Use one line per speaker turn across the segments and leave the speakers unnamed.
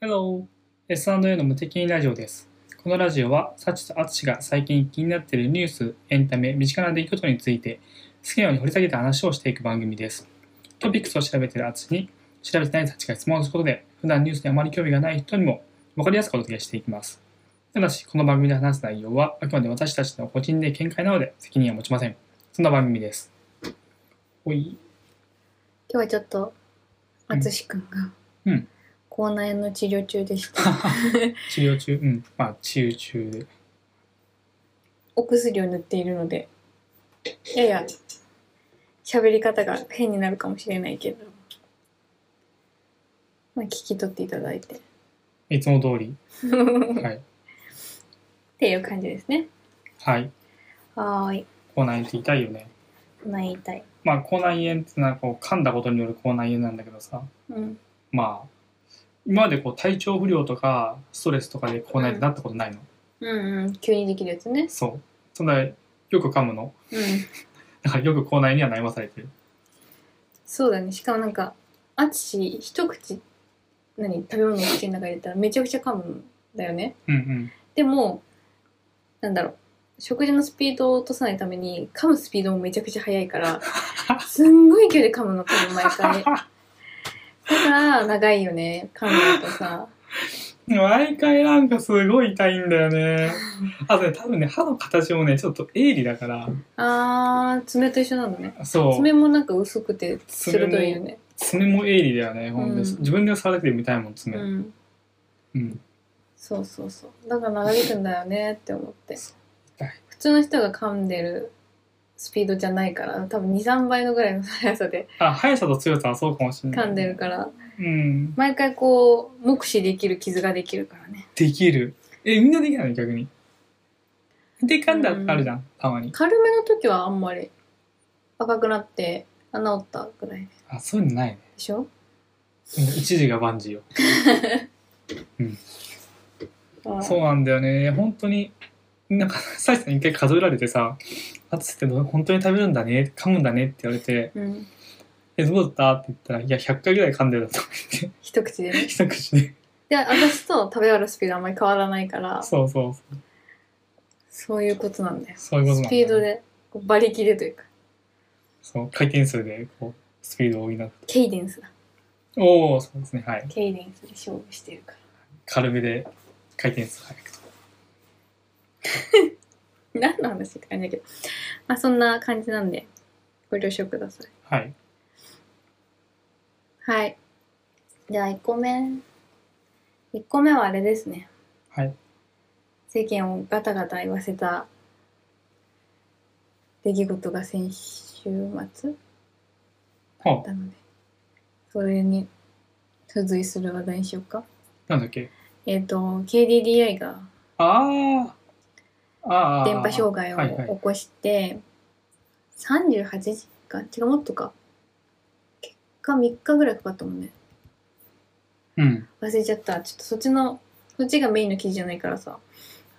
Hello! S&A の無敵にラジオです。このラジオは、サチとアツシが最近気になっているニュース、エンタメ、身近な出来事について、好きなように掘り下げて話をしていく番組です。トピックスを調べているアツシに、調べてないサチが質問することで、普段ニュースにあまり興味がない人にも、わかりやすくお届けしていきます。ただし、この番組で話す内容は、あくまで私たちの個人で見解なので、責任は持ちません。そんな番組です。おい、
今日はちょっと
うん
淳くんが、
うん
口内炎の治療中 でした
治療中、うん、まあ、治癒中で。
お薬を塗っているのでやや喋り方が変になるかもしれないけど、まあ、聞き取っていただ いてっ
いつも通り。はい。
ていう感じですね
はい。
はーい
口内炎って痛いよね。
こんな言いたい
まあ、口内炎ってのはこう噛んだことによる口内炎なんだけどさ、
うん
まあ、今までこう体調不良とかストレスとかで口内炎になったことないの。
うんうん急にできるやつね
そう。そんな、よく噛むの。
うん
だからよく口内炎には悩まされてる。
そうだねしかもなんか淳一口何食べ物を口の中に入れたらめちゃくちゃ噛むんだよね
うんうん。
でも、なんだろう、食事のスピードを落とさないために、噛むスピードもめちゃくちゃ速いから、 すんごい勢いで噛むの、噛む毎回。だから、長いよね、噛むのとさ。
毎回なんかすごい痛いんだよね。あとね、多分ね、歯の形もね、ちょっと鋭利だから、
あー、爪と一緒なのね。
そう。
爪もなんか薄くて鋭いよね。
爪も鋭利だよね、ほんで。
うん
自分で触れてみたいもん、爪。
う
うん。
ん。そうそうそう。だから長引くんだよねって思って
そ。痛い
普通の人が噛んでるスピードじゃないから、多分2、3倍のぐらいの速さで
あ、速さと強さはそうかもしれない。
噛んでるから、
うん。
毎回こう、目視できる傷ができるからね。
できる。え、みんなできないの逆に。で、噛んだってあるじゃん、たまに。
軽めの時はあんまり赤くなってあ治ったぐらいで
あ、そういうのないね。
しょ
うん一時が万事よ。そう
う
なんだよね。本当に、なんか、サイさんに一回数えられてさ、あつってど本当に食べるんだね、噛むんだねって言われて、
うん
え、どうだったって言ったら、いや、100回ぐらい噛んでるとか言って、
一口でね
一口で。
で私と食べ終わるスピードあんまり変わらないから
そうそうそう。
そういうことなんだよ
そういうことなん
ス
だ
ピ
よ
ードでこう馬力でというか
そう、回転数で、こう、スピードを補って。
ケイデンスだ
おおそうですね、はい。
ケイデンスで勝負してるか
軽めで、回転数早くと。
ら何の話って感じだけどまあそんな感じなんでご了承ください
はい。
はいじゃあ1個目1個目はあれですね
はい。
世間をガタガタ言わせた出来事が先週末
ほう
なのでそれに付随する話題にしようか
なんだっけ
えっ、と KDDI が
ああ。ああ。
電波障害
はいはい
を起こして、38時間違うもっとか結果3日ぐらいかかったもんね
うん。
忘れちゃったちょっとそっちのそっちがメインの記事じゃないからさ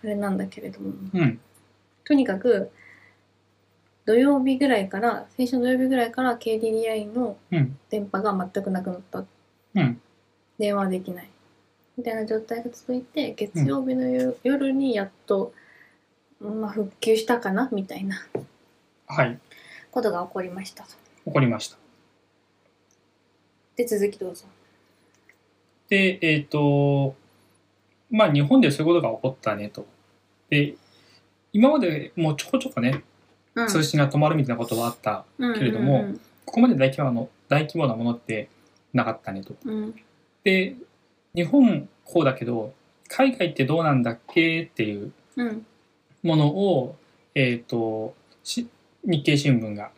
あれなんだけれども
うん。
とにかく土曜日ぐらいから先週の土曜日ぐらいから KDDI の
うん。
電波が全くなくなった
うん。
電話できないみたいな状態が続いて月曜日の夜,、夜にやっと、まあ、復旧したかなみたいな
はい。
ことが起こりましたと
わかりました。
で続きどうぞ
で、えっ、と、まあ日本でそういうことが起こったねと。で、今までもうちょこちょこね、
うん
通信が止まるみたいなことはあった。
うん
れどもここまで大規模な大規模なものってなかったねと。
うんうん
で、日本こうだけど、海外ってどうなんだっけっていう
うん
ものを、えっ、と、し日経新聞が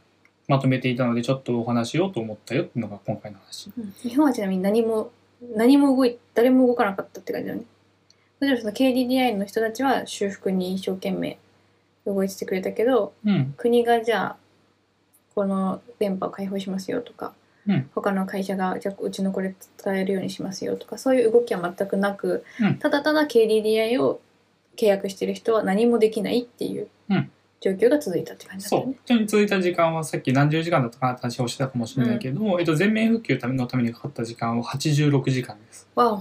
まとめていたので、ちょっとお話しようと思ったよっていうのが今回の話。
うん日本はちなみに何も何も動い誰も動かなかったって感じだねもちろんその KDDI の人たちは修復に一生懸命動いててくれたけど
うん。
国がじゃあこの電波を開放しますよとか、
うん
他の会社がじゃあうちのこれ伝えるようにしますよとかそういう動きは全くなく、
うん
ただただ KDDI を契約してる人は何もできないっていう
うん
状況が続いたって感じだった
そ
よ
う
ね。。
ちなみに続いた時間はさっき何十時間だったかなって話をしてたかもしれないけど、えっと、全面復旧のためにかかった時間は86時間です。
わお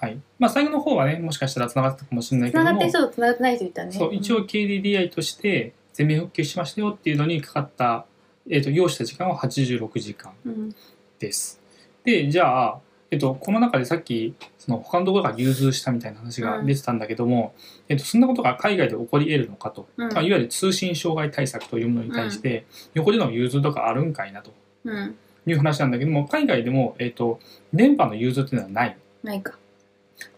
はい。まあ、最後の方はね、もしかしたら繋がってたかもしれないけ
繋
ども。
がってる人と繋がってない人いたね。
そう、一応 KDDI として全面復旧しましたよっていうのにかかった、えっ、と、要した時間は86時間
うん。
です。で、じゃあ、えっと、この中でさっき、その他のところが融通したみたいな話が出てたんだけども、えっと、そんなことが海外で起こり得るのかと、
うん
まあいわゆる通信障害対策というものに対して、横での融通とかあるんかいなと
うん。
いう話なんだけども、海外でも、えっと、電波の融通っていうのはない。
ないか。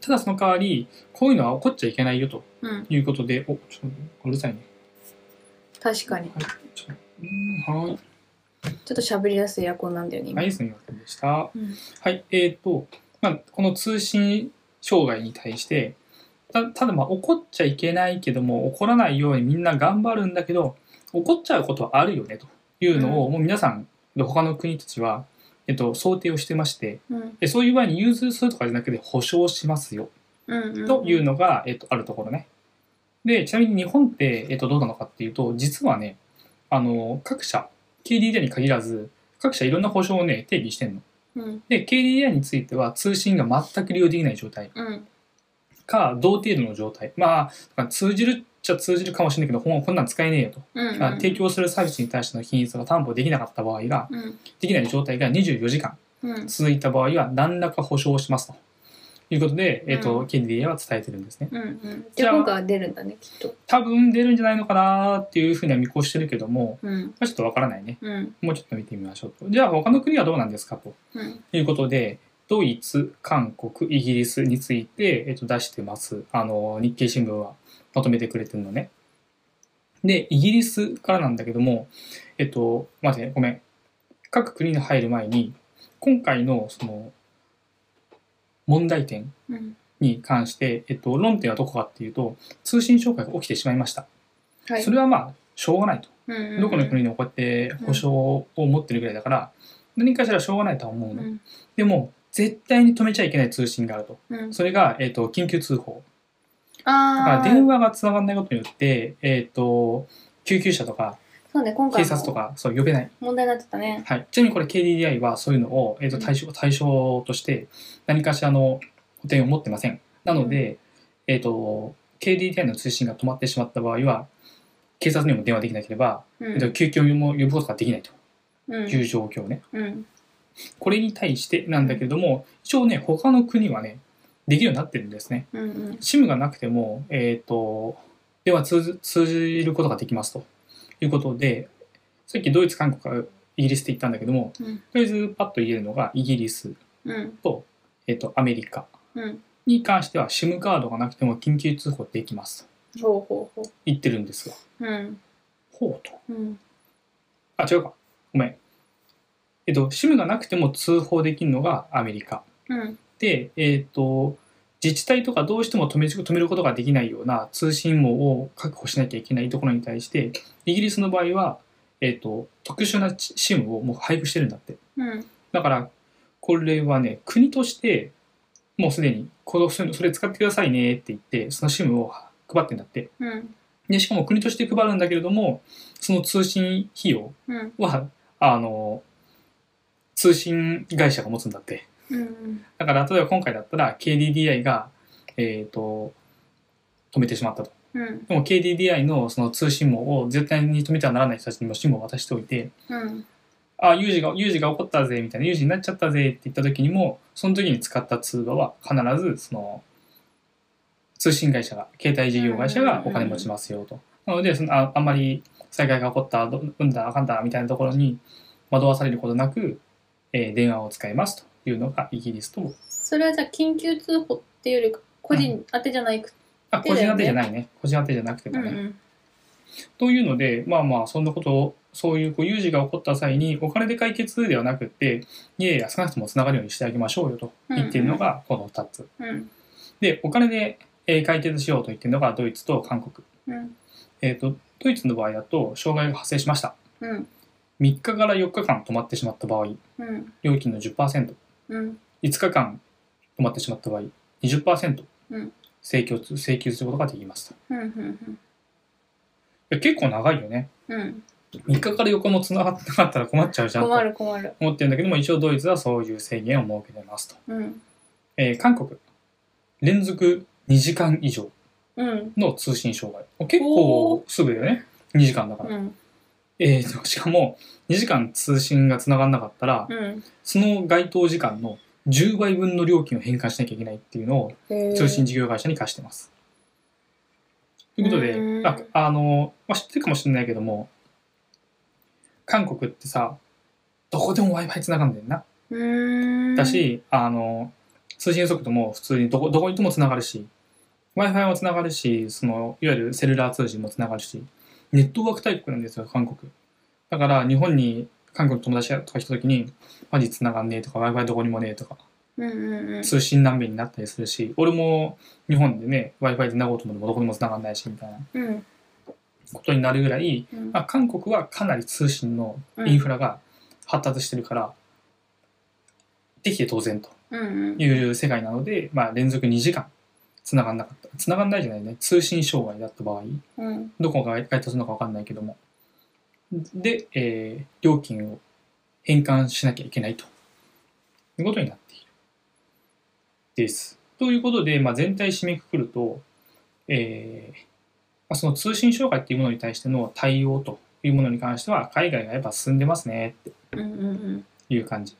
ただその代わり、こういうのは起こっちゃいけないよと
うん。
いうことで、お、ちょっとうるさいね。
確かに。
うんはい。
ちょっと喋りやすいエアコンなんだよね、今。
はい、すみませんでした。
うん
はい、えっ、と、まあ、この通信障害に対して、たただまあ、怒っちゃいけないけども、怒らないようにみんな頑張るんだけど、怒っちゃうことはあるよね、というのを、もう皆さん、他の国たちは、えっと、想定をしてまして、
うん。
えそういう場合に融通するとかじゃなくて、保証しますよ、
うんうん。
というのが、えっと、あるところね。で、ちなみに日本って、えっと、どうなのかっていうと、実はね、あの、各社、KDDI に限らず、各社いろんな保証をね、定義してんの。
うん。
で、KDDI については通信が全く利用できない状態
うん。
か、同程度の状態。まあ、だから通じるっちゃ通じるかもしれないけど、ほんこんなん使えねえよと。
うん。
まあ提供するサービスに対しての品質が担保できなかった場合が、
うん。
できない状態が24時間
うん。
続いた場合は、何らか保証をしますと。いうことで、えっ、
う
と、
ん
KDDI は伝えてるんですね。
うんうん。
じ
じ
ゃ
ゃ
あ
あ今回は出るんだね、きっと。
多分出るんじゃないのかなっていうふうには見越してるけども、
うん。
まあちょっとわからないね。
うん。
もうちょっと見てみましょうと。じゃあ他の国はどうなんですかと。
うん。
ということで、ドイツ、韓国、イギリスについて、えっと、出してます。あの、日経新聞はまとめてくれてるのね。で、イギリスからなんだけども、えっと、待ってね、ごめん。各国に入る前に、今回の、その、問題点
うん。
に関して、えっと、論点はどこかっていうと、通信障害が起きてしまいました。
はい。
それはまあ、しょうがないと。
うん
どこの国でもこうやって保証を持ってるぐらいだから、何かしらしょうがないとは思うの。
うん。
でも、絶対に止めちゃいけない通信があると。
うん。
それが、えっ、と、緊急通報。だか
あ
ら、
あ。
電話が繋がらないことによって、えっ、と、救急車とか、
そうね、今回
警
も
察とか、そう、呼べない。
問題になってたね。
はい。ちなみにこれ KDDI はそういうのを、えっ、と、
うん
対象、対象として、何かしらの補填を持ってません。なので、えっ、と、KDDI の通信が止まってしまった場合は、警察にも電話できなければ、
う
えっと、救急も呼ぶことができないと
うん
いう状況ね。
うん。
これに対してなんだけども、一応ね、他の国はね、できるようになってるんですね。
うんうん。
SIM がなくても、えっ、と、では通じ通じることができますということで、さっきドイツ、韓国からイギリスって言ったんだけども、
うん
とりあえずパッと言えるのがイギリス
うん。
と、えっ、と、アメリカ
うん。
に関しては SIM カードがなくても緊急通報できますと
ほうほうほ
言ってるんですが、
う。うん。
ほうと。
うん。
あ、違うか。ごめん。えっ、と、SIM がなくても通報できるのがアメリカ。
うん。
で、えっ、と、自治体とかどうしても止め止めることができないような通信網を確保しなきゃいけないところに対して、イギリスの場合は、えっ、と、特殊なチシムをもう配布してるんだって。
うん。
だから、これはね、国として、もうすでに、この、それそれ使ってくださいねって言って、そのシムを配ってんだって。
うん。
で、しかも国として配るんだけれども、その通信費用
うん。
は、あの、通信会社が持つんだって。
うん。
だから、例えば今回だったら KDDI が、えっ、と、止めてしまったと。
うん。
でも KDDI のその通信網を絶対に止めてはならない人たちにもシムを渡しておいて、
うん。
あ、有事が、有事が起こったぜ、みたいな、有事になっちゃったぜって言った時にも、その時に使った通話は必ず、その、通信会社が、携帯事業会社がお金持ちますよと。なので、そのああんまり災害が起こった、どうんだ、あかんだ、みたいなところに惑わされることなく、えー電話を使いますというのがイギリスと
それはじゃあ緊急通報っていうよりか個人宛てじゃないくて。
あ、個人宛てじゃないね。個人宛てじゃなくて
う
だ
ん
ね。
うん。
というので、まあまあ、そんなことを、そういうこう有事が起こった際に、お金で解決ではなくて、いやいや、少なくともつながるようにしてあげましょうよと言っているのが、この2つ。
うん。
で、お金でえー解決しようと言っているのが、ドイツと韓国。
うん。
えっ、と、ドイツの場合だと、障害が発生しました。
うん。
3日から4日間止まってしまった場合、
うん。
料金の10%。
うん。
5日間止まってしまった場合、20%
うん
請求つ、請求することができますと。
うん。うん。
いや結構長いよね。
うん。
3日から4日も繋がってなかったら困っちゃうじゃん
困
と
る困る。
思ってるんだけども一応ドイツはそういう制限を設けてますと、
うん。
えー韓国連続2時間以上
うん。
の通信障害。結構すぐだよね。2時間だから。
うん。
えーと、しかも、2時間通信が繋がんなかったら、
うん。
その該当時間の10倍分の料金を返還しなきゃいけないっていうのを
へー
通信事業会社に貸してます。ということで
う、ん
ああの、まあ、知ってるかもしれないけども、韓国ってさ、どこでも Wi-Fi 繋がんだよな。
うーん。
だし、あの、通信速度も普通にどこどこにとも繋がるし、Wi-Fi も繋がるし、その、いわゆるセルラー通信も繋がるし、ネットワーク大国なんですよ、韓国。だから、日本に韓国の友達とか来た時に、マジ繋がんねえとか、Wi-Fi どこにもねえとか、
うんうんうん。
通信難民になったりするし、俺も日本でね、Wi-Fi でなごうと思ってもどこにも繋がんないし、みたいな
うん。
ことになるぐらい、
うん
まあ、韓国はかなり通信のインフラが発達してるから、できて当然と
うんうん。
いう世界なので、まあ、連続2時間繋がんなかった。繋がんないじゃないね。通信障害だった場合、
うん。
どこが該当するのかわかんないけども。で、えー料金を返還しなきゃいけないということになっている。です。ということで、まあ、全体締めくくると、えーまあ、その通信障害っていうものに対しての対応というものに関しては、海外がやっぱ進んでますね
うんうん
いう感じ。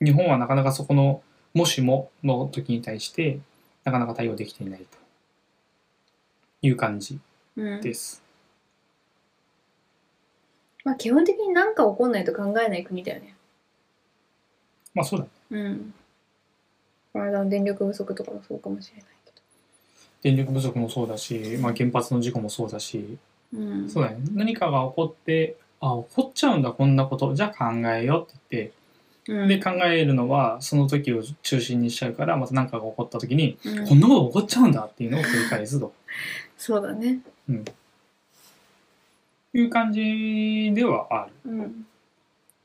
日本はなかなかそこの、もしもの時に対して、なかなか対応できていないという感じ
うん。うん。
です。
まあ基本的に何か起こんないと考えない国だよね。
まあそうだね。
うん。この間の電力不足とかもそうかもしれないけ
電力不足もそうだし、まあ、原発の事故もそうだし、
ど。うん。
そうだね。何かが起こって、あ、起こっちゃうんだ、こんなこと。じゃあ考えようって
う
言
ん
って、で、考えるのは、その時を中心にしちゃうから、また何かが起こった時に、
うん
こんなこと起こっちゃうんだっていうのを繰り返すと。
そうだね。
いう感じではある。
うん。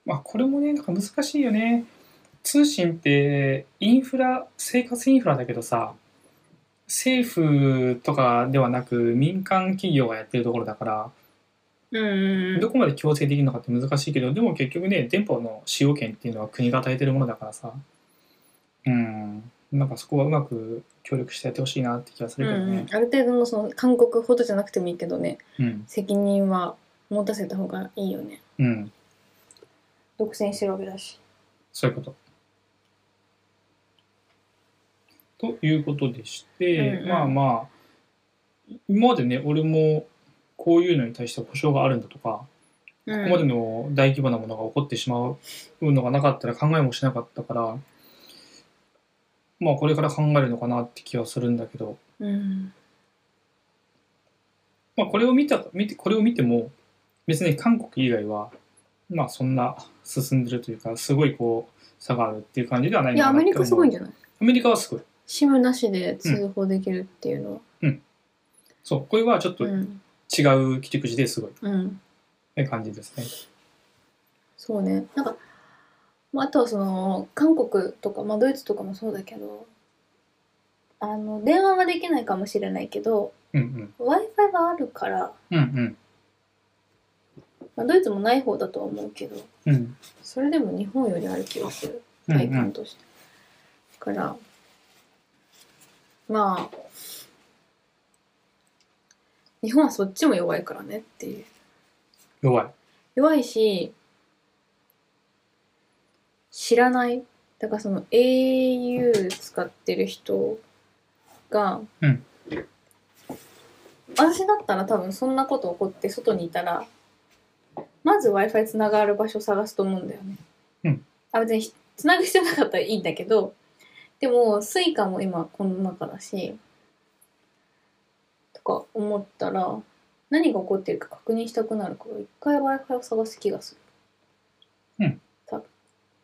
まあ、これもねなんか難しいよね通信ってインフラ生活インフラだけどさ政府とかではなく民間企業がやってるところだから
うんうんうん
どこまで強制できるのかって難しいけどでも結局ね電波の使用権っていうのは国が与えてるものだからさうんなんかそこはうまく協力してやってほしいなって気がす
う
るけど
んうん
ね。
ある程度のその韓国ほどじゃなくてもいいけどね
うん、
責任は持たせた方がいいよね
うん、
独占してるわけだし
そういうこと。ということでして、
うんうん
まあまあ今までね俺もこういうのに対して保証があるんだとか、
ここ
ここまでの大規模なものが起こってしまうのがなかったら考えもしなかったからまあこれから考えるのかなって気はするんだけど、
うん
まあ、これを見た見てこれを見ても別に韓国以外はまあそんな進んでるというかすごいこう差があるっていう感じではない
いやア
な
メ
って
リ
思
カ
う
すごいんじゃない
アメリカはすごい。
シムなしで通報できるっていうのは
そう、これはちょっと
うん
違う切り口ですごいっ
うん
て感じですね。
そうねなんか、まあ、あとはその韓国とか、まあ、ドイツとかもそうだけどあの電話はできないかもしれないけど
うん
w i f i があるから、
うん。うん
まあ、ドイツもない方だとは思うけど
うん。うん
それでも日本よりある気がする
うん
体感として、だからまあ日本はそっちも弱いからねっていう
弱い。
弱いし知らないだからその au 使ってる人が、
うん
私だったら多分そんなこと起こって外にいたらまず w i f i つながる場所を探すと思うんだよね。
うん
あ別につなぐ必要なかったらいいんだけどでも Suica も今この中だしとか思ったら何が起こってるか確認したくなるから一回 w i f i を探す気がする。
うん
多分っ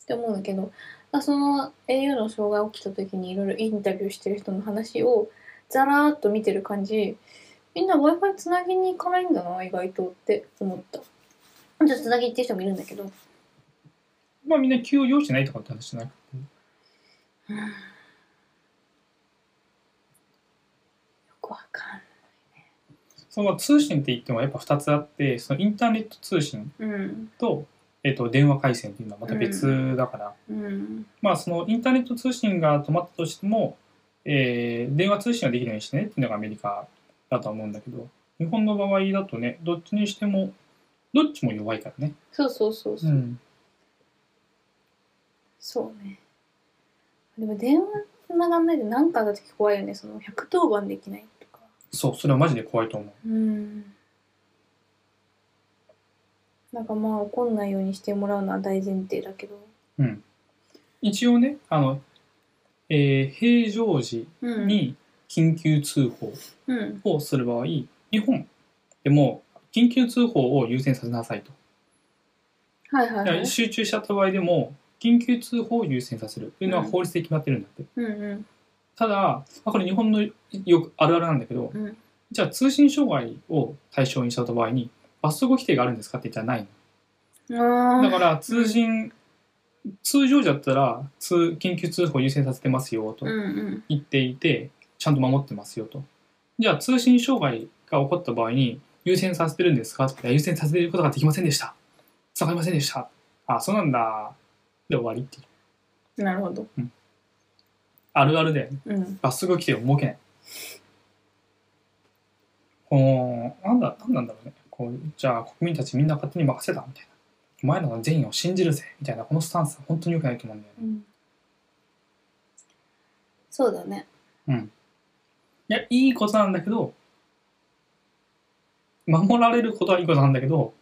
て思うんだけどだからその au の障害起きた時にいろいろインタビューしてる人の話をざらーっと見てる感じみんな w i f i つなぎに行かないんだな意外とって思った。じゃあつなぎっていう人もいるんだけど。
まあみんな急を要してないとかって話じゃなくて。
よくわか
その通信って言ってもやっぱ2つあって、そのインターネット通信
んない。うん。
と、えっと、電話回線っていうのはまた別だから、
うん。
まあそのインターネット通信が止まったとしても、えー電話通信はできるようにしてねっていうのがアメリカだと思うんだけど日本の場合だとねどっちにしてもどっちも弱いからね、
そうそうそうそう、
ん、
そうねでも電話繋がんないで何かあった時怖いよねその110番できないとか
そうそれはマジで怖いと思う
うんなんかまあ怒んないようにしてもらうのは大前提だけど
一応ねあの、えー平常時
うん
に緊急通報
うん
をする場合、日本でも緊急通報を優先させなさいと、
はいはいはい
集中しちゃった場合でも緊急通報を優先させるというのは
うん
法律で決まってるんだって、
うんうん
ただ、まあ、これ日本のよくあるあるなんだけど
うん
じゃあ通信障害を対象にしちゃった場合に罰則規定があるんですかって言ったらないの
あ
だから通信、通常時だったら通緊急通報優先させてますよと、
うんうん
言っていてちゃんと守ってますよとじゃあ通信障害が起こった場合に優先させてるんですかっていや優先させることができませんでしたつながりませんでしたあそうなんだで終わりっていう
なるほど
あるあるで
うん
罰則規定を設けないこうなんだなんなんだろうねこうじゃあ国民たちみんな勝手に任せたみたいなお前らの善意を信じるぜみたいなこのスタンスは本当に良くないと思うんだよね
うんそうだね
いや、いいことなんだけど、守られることはいいことなんだけど、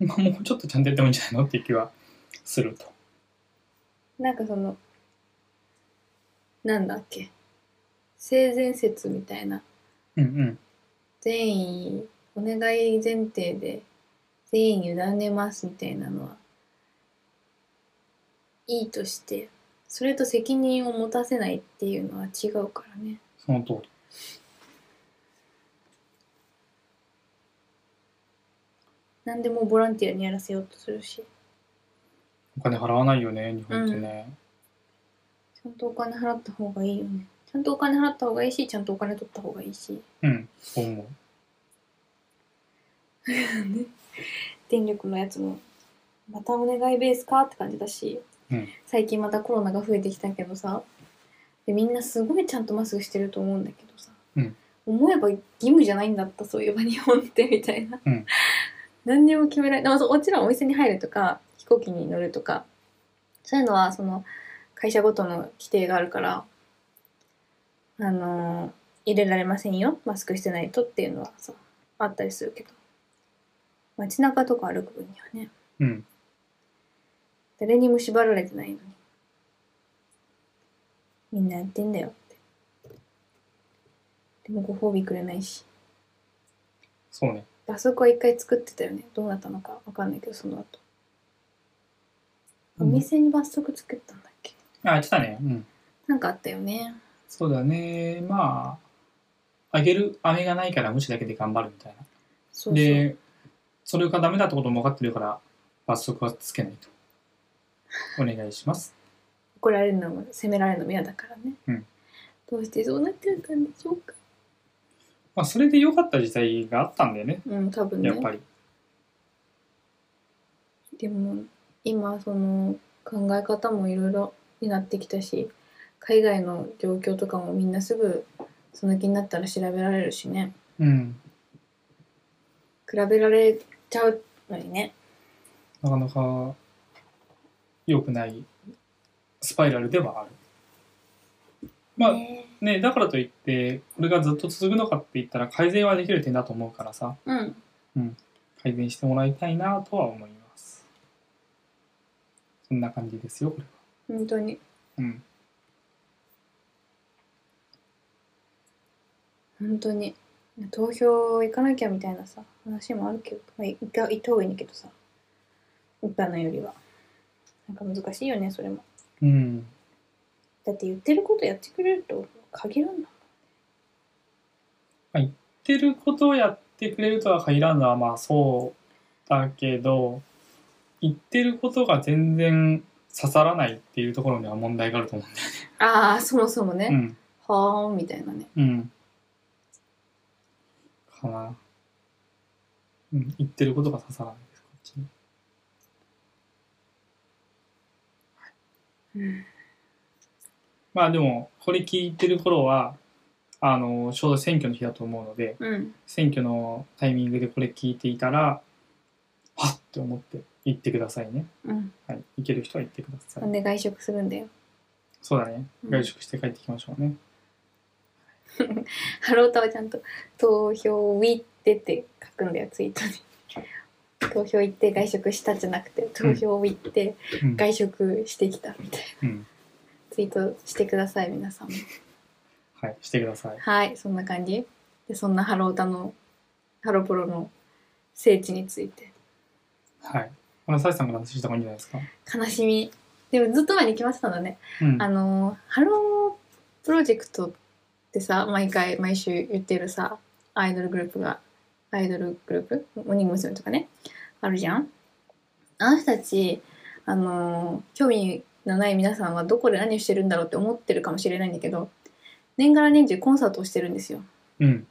まあ、もうちょっとちゃんとやってもいいんじゃないのっていう気はすると。
なんかそのなんだっけ性善説みたいな
うんうん。
善意お願い前提で善意に委ねますみたいなのはいいとしてそれと責任を持たせないっていうのは違うからね
その通り。
何でもボランティアにやらせようとするし
お金払わないよね、日本ってね。
ちゃんとお金払った方がいいよねちゃんとお金払った方がいいしちゃんとお金取った方がいいし
うん、そう思う。
電力のやつもまたお願いベースかって感じだし、
うん
最近またコロナが増えてきたけどさでみんなすごいちゃんとマスクしてると思うんだけどさ、
うん
思えば義務じゃないんだったそういえば日本ってみたいな、
うん
何にも決められないもちろんお店に入るとか飛行機に乗るとかそういうのはその会社ごとの規定があるからあのー入れられませんよマスクしてないとっていうのはさあったりするけど街中とか歩く分にはね
うん。
誰にも縛られてないのにみんなやってんだよってでもご褒美くれないし
そうね。
罰則は一回作ってたよねどうなったのかわかんないけどその後お店に罰則作ったんだっけ
あ、言ってたね。うん。
なんかあったよね
そうだね。まあ、あげる飴がないから無視だけで頑張るみたいな。
そうそう
で、それがダメだってことも分かってるから、罰則はつけないと。お願いします。
怒られるのも責められるのも嫌だからね、
うん
どうしてそうなってるんでしょうか
まあ、それで良かった時代があったんだよね、
うん多分ね
やっぱり。
でも今その考え方もいろいろになってきたし海外の状況とかもみんなすぐその気になったら調べられるしね
うん。
比べられちゃうのにね
なかなか良くないスパイラルではある。まあ
ね
ね、だからといって、これがずっと続くのかって言ったら改善はできる点だと思うからさ、
うん
改善してもらいたいなとは思います。そんな感じですよ、これは。
本当に
うん。
本当に投票行かなきゃみたいなさ話もあるけど、まあ、行った行った方がいいんだけどさ一般のよりはなんか難しいよねそれも
うん。
だって言ってることやってくれると限らんだ
やってることをやってくれるとは限らんのはまあそうだけど言ってることが全然刺さらないっていうところには問題があると思
ああそもそも
う
ね、
ん
はあみたいなね
うん、うん、かな、うん、言ってることが刺さらないですこっちに
うん
まあでも、これ聞いてる頃は、あの、ちょうど選挙の日だと思うので、
うん。
選挙のタイミングでこれ聞いていたら、はっって思って行ってくださいね。
うん。
はい。行ける人は行ってください。
ほんで外食するんだよ。
そうだね。
うん
外食して帰ってきましょうね。
ハロータはちゃんと投票行ってって書くんだよ、ツイートに。投票行って外食したじゃなくて、投票行って
うん。
外食してきたみたいな。
うん
ツイートしてください、皆さんも。
はい。してください。
はい、そんな感じ。で、そんなハロータの、ハロプロの聖地について。
はい。このサイさんから話した方がいいんじゃないですか。
悲しみ。でもずっと前に来ましたんだね。
うん。
あのーハロープロジェクトってさ毎回毎週言ってるさアイドルグループがアイドルグループモーニング娘。とかねあるじゃんあの人たちあのー興味のない皆さんはどこで何をしてるんだろうって思ってるかもしれないんだけど年がら年中コンサートをしてるんですよ
うん。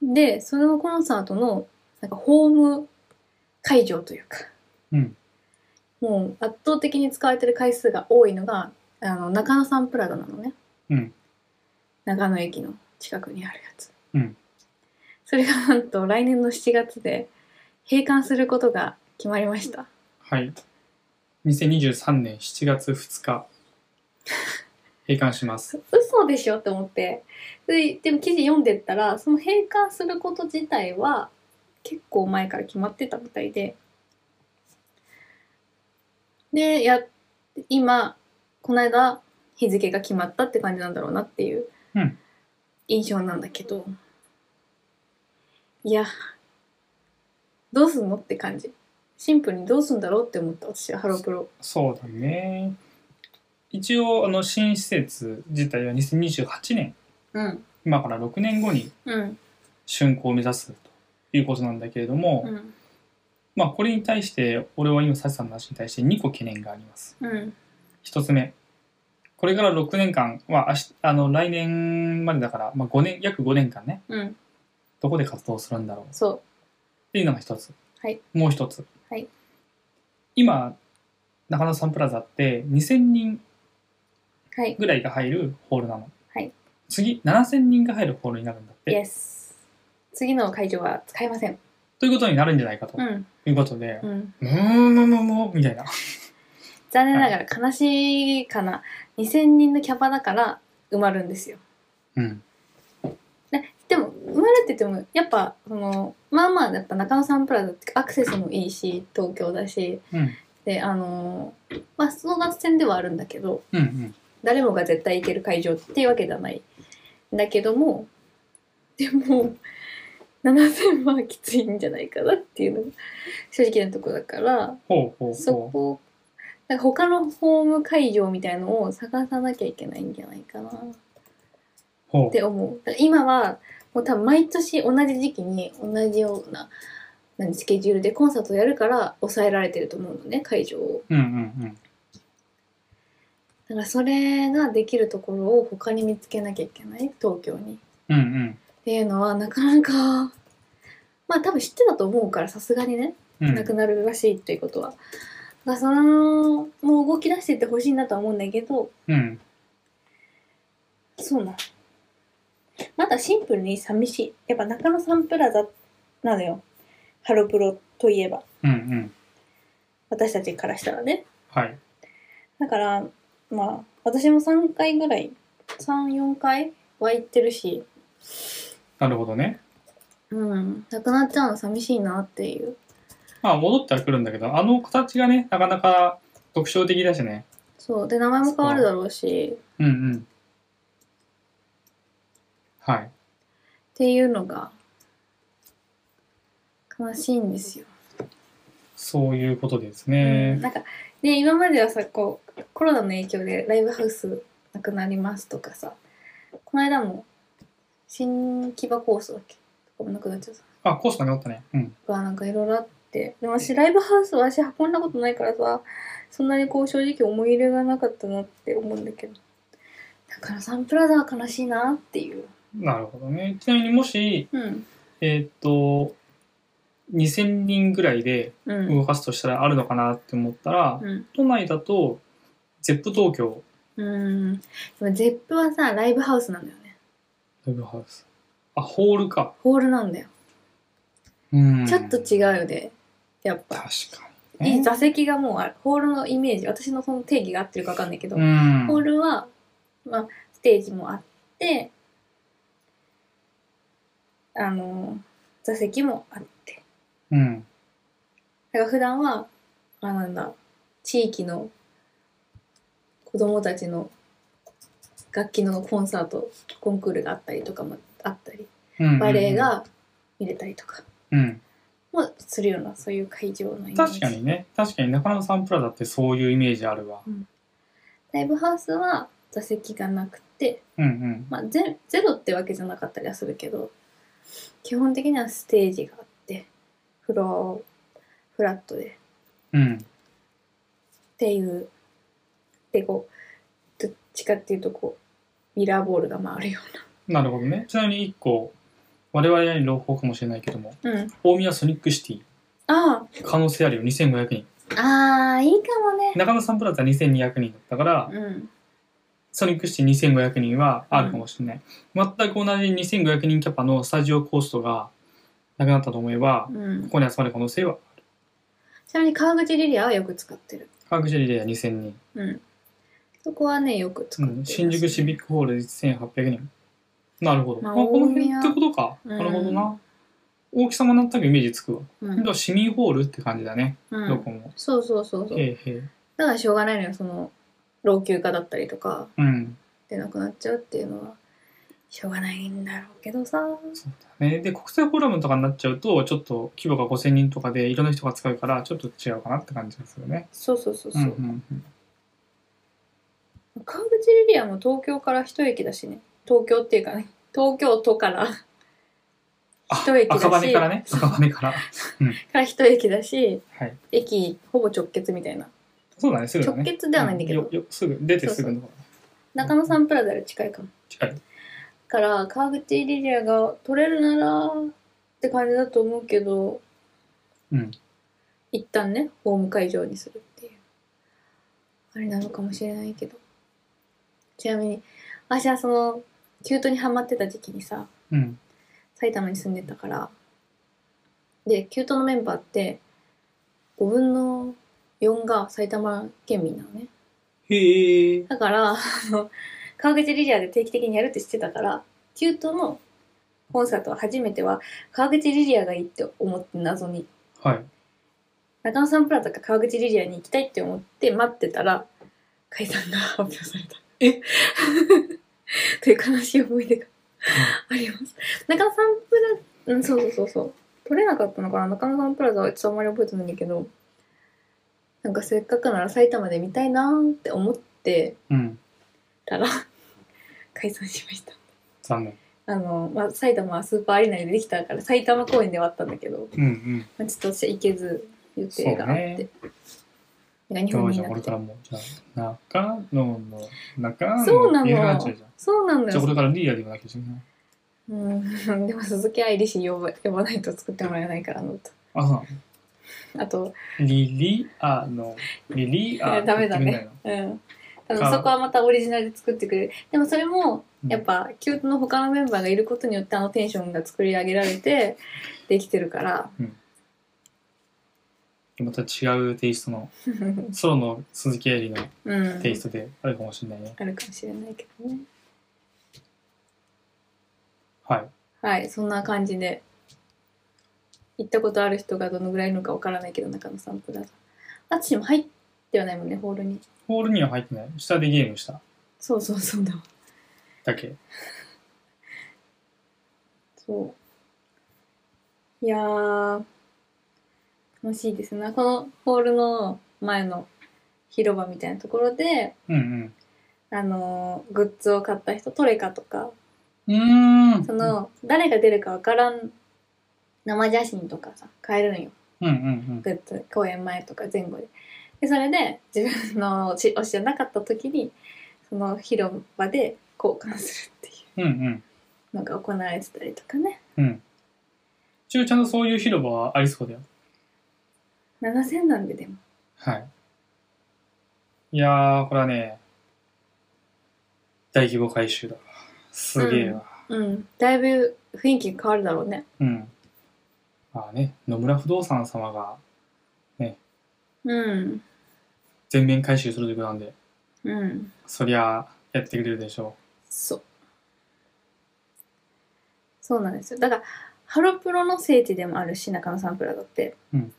でそのコンサートのなんかホーム会場というか
うん。
もう圧倒的に使われてる回数が多いのがあの中野サンプラザなのね
うん。
長野駅の近くにあるやつ、
うん
それがなんと来年の7月で閉館することが決まりました
はい。2023年7月2日、 閉館します。
嘘でしょって思ってででも記事読んでったらその閉館すること自体は結構前から決まってたみたいででや今この間日付が決まったって感じなんだろうなっていう
うん
印象なんだけど、いやどうすんのって感じシンプルにどうすんだろうって思った私はハロプロ
そうだね。一応、あの、新施設自体は2028年、
うん
今から6年後に
うん
竣工を目指すということなんだけれども、
うん
まあ、これに対して、俺は今、サチさんの話に対して2個懸念があります。
うん
1つ目、これから6年間は、あしあの、来年までだから、まあ、5年、約5年間ね、
うん
どこで活動するんだろう
そう
っていうのが一つ、
はい
もう一つ、
はい
今中野サンプラザって2,000人
はい
ぐらいが入るホールなの、
はい
次7,000人が入るホールになるんだって、
Yes 次の会場は使えません。
ということになるんじゃないかと
うん。
いうことで
う、ん。
うーん、むむむむみたいな
残念ながら悲しいかな。2000人のキャパだから埋まるんですよ。
うん
ねでも、埋まるって言っても、やっぱ、その、まあまあ、やっぱ中野サンプラザってアクセスもいいし、東京だし、
うん
で、あのーまあ、争奪戦ではあるんだけど、
うんうん
誰もが絶対行ける会場っていうわけじゃない。だけども、でも、7000はきついんじゃないかなっていうのが正直なところだから、
ほうほう
そ
ほう
こなんか他のホーム会場みたいのを探さなきゃいけないんじゃないかなっ
ほう
て思うだから今はもう多分毎年同じ時期に同じような何スケジュールでコンサートをやるから抑えられてると思うのね会場を
うんうん
だからそれができるところを他に見つけなきゃいけない東京にっ
うんうん
ていうのはなかなかまあ多分知ってたと思うからさすがにね
うんうん
なくなるらしいということは、だからそのもう動き出していってほしいなとは思うんだけど
うん
そうなのまだシンプルに寂しいやっぱ中野サンプラザなのよハロプロといえば
うんうん
私たちからしたらね
はい
だからまあ私も3回ぐらい34回は行ってるし
なるほどね
うんなくなっちゃうの寂しいなっていう
まあ戻ってはくるんだけどあの形がねなかなか特徴的だしね
そうで名前も変わるだろうし
うんうんはい
っていうのが悲しいんですよ
そういうことです
う
ね
ん。なんかね今まではさこうコロナの影響でライブハウスなくなりますとかさこの間も新木場コースだっけとかもなくなっちゃった
あ、コースなくなったね。うん。
とかなんかいろいろあってでも私ライブハウスは足運んだことないからさそんなにこう正直思い入れがなかったなって思うんだけどだからサンプラザは悲しいなっていう
なるほどね。ちなみにもし、
うん
えーっと、2000人ぐらいで
うん
動かすとしたらあるのかなって思ったら、
うん
都内だと、ゼップ東京
ううん。でも、ゼップはさ、ライブハウスなんだよね。
ライブハウス。あ、ホールか。
ホールなんだよ。
うん。
ちょっと違うよね。やっぱ。
確かにね。
いい座席がもうある。ホールのイメージ。私のその定義が合ってるかわかんないけど、
うん。
ホールは、まあ、ステージもあって、あの、座席もあって。
うん。
だから普段は、あなんだ、地域の子供たちの楽器のコンサート、コンクールがあったりとかもあったり、
うん。
バレエが見れたりとか
うん。
もするような、そういう会場のイメー
確
ジ。
かにね。確かに中野サンプラザってそういうイメージあるわ。
ライブハウスは座席がなくて、
うんうん。
まあゼ、ゼロってわけじゃなかったりはするけど、基本的にはステージがあって、フロア、フラットで
うん。
っていうでこうどっちかっていうとこうミラーボールが回るよ
なるほどね。ちなみに一個、我々に朗報かもしれないけども、
うな、うん、
大宮ソニックシティ、
あ
可能性あるよ、2500人。
ああーいいかもね
中野サンプラザ2200人だったから、
うん
ソニックシティ2500人はあるかもしれない。全く同じ2500人キャパのスタジオコーストがなくなったと思えば、
うん
ここに集まる可能性は、
ちなみに川口リリアはよく使ってる
科学者リレーは2000人、
うんそこはねよく使
う
ってる、
ん、新宿シビックホールで1800人。なるほど。
まあ
あ、この辺
大宮
ってことか。
うん
なるほどな。大きさも全くイメージつくわ。
う
で
ん
も市民ホールって感じだね、
う
ど
ん
こも。
そうそうそうそう
へえへえ。
だからしょうがないのよその老朽化だったりとか
うん。
でなくなっちゃうっていうのはしょうがないんだろうけどさ
そうだね。で、国際フォーラムとかになっちゃうと、ちょっと規模が5000人とかでいろんな人が使うから、ちょっと違うかなって感じですよね。
そうそうそうそうう、
んうんうん。
川口リリアも東京から一駅だしね東京っていうかね東京都から
あ
一駅だし
赤羽から ね。赤羽から。
から一駅だし
はい。
駅ほぼ直結みたいな
そうだね、すぐだね。
直結ではないんだけど
うよよすぐ、出てすぐの方が
中野サンプラザより近いかも
近い。
から川口リリアが取れるならって感じだと思うけど
うん。
一旦ねホーム会場にするっていうあれなのかもしれないけどちなみに私はそのキュートにハマってた時期にさ、
うん。
埼玉に住んでたからでキュートのメンバーって5分の4が埼玉県民なのね
へえ。
だからあの川口リリアで定期的にやるって知ってたからキュートのコンサートは初めては川口リリアがいいって思って謎に
はい。
中野サンプラザか川口リリアに行きたいって思って待ってたら解散が発表された
え
という悲しい思い出があります中野サンプラうんそうそうそうそう取れなかったのかな中野サンプラザはちょっとあんまり覚えてないんだけどなんかせっかくなら埼玉で見たいなーって思って
うん。
たら解散しました
残念。
あの、まあ、埼玉はスーパーアリーナでできたから埼玉公演ではあったんだけど、
うんうん。
まあ、ちょっと私は行けず予定があって、なんか日
ど
本
う
に
じ
い
ゃあ
な
こ
く
れ
て
からもう、じゃあ、中野の、中野
そうなの
ってい話にっちゃう
そうなんだ
じゃあこれ
よ。
からリーダーでもなきゃいけない。
うん、 でも鈴木愛理氏呼ば呼ばないと作ってもらえないからのと。
あ、そうなの
あと、
リリアの、リリア。
ダメだ
言って
ね。うん。多分
か
そこはまたオリジナルで作ってくれる。でもそれも、
みた
や
い
っ
な。
ぱ、キュートの他のメンバーがいることによってあのテンションが作り上げられて、できてるから。
うんまた違うテイストの、ソロの鈴木愛理の
うん。
テイストであるかもしれないね。
あるかもしれないけどね。
はい。
はい、そんな感じで。行ったことある人がどのぐらいいるのかわからないけど、中野サンプラザ。あつしも入ってはないもんね、ホールに。
ホールには入ってない。下でゲームした
そうそうそうだわ。
だけ。
そう。いやー、楽しいですな。このホールの前の広場みたいなところで、
うん
あのーグッズを買った人、トレカとか、
うん。うーん。
そ、の、誰が出るかわからん生写真とかさ、買えるんよ。
うんうん
グッズ、公演前とか前後で。で、それで、自分のし推しじゃなかった時に、その広場で交換するってい
うん。うんうん。
うのが行われてたりとかね。
うん。一応ちゃんとそういう広場はありそうだよ。
7000なんででも。
はい。いやー、これはね、大規模回収だ。すげえな。
うん。だいぶ雰囲気変わるだろうね。
うん。まあね、野村不動産様が
うん。
全面回収するということなんで、
うん。
そりゃやってくれるでしょ
そう。そうなんですよ。だから、ハロプロの聖地でもあるし、中野サンプラだって。
うん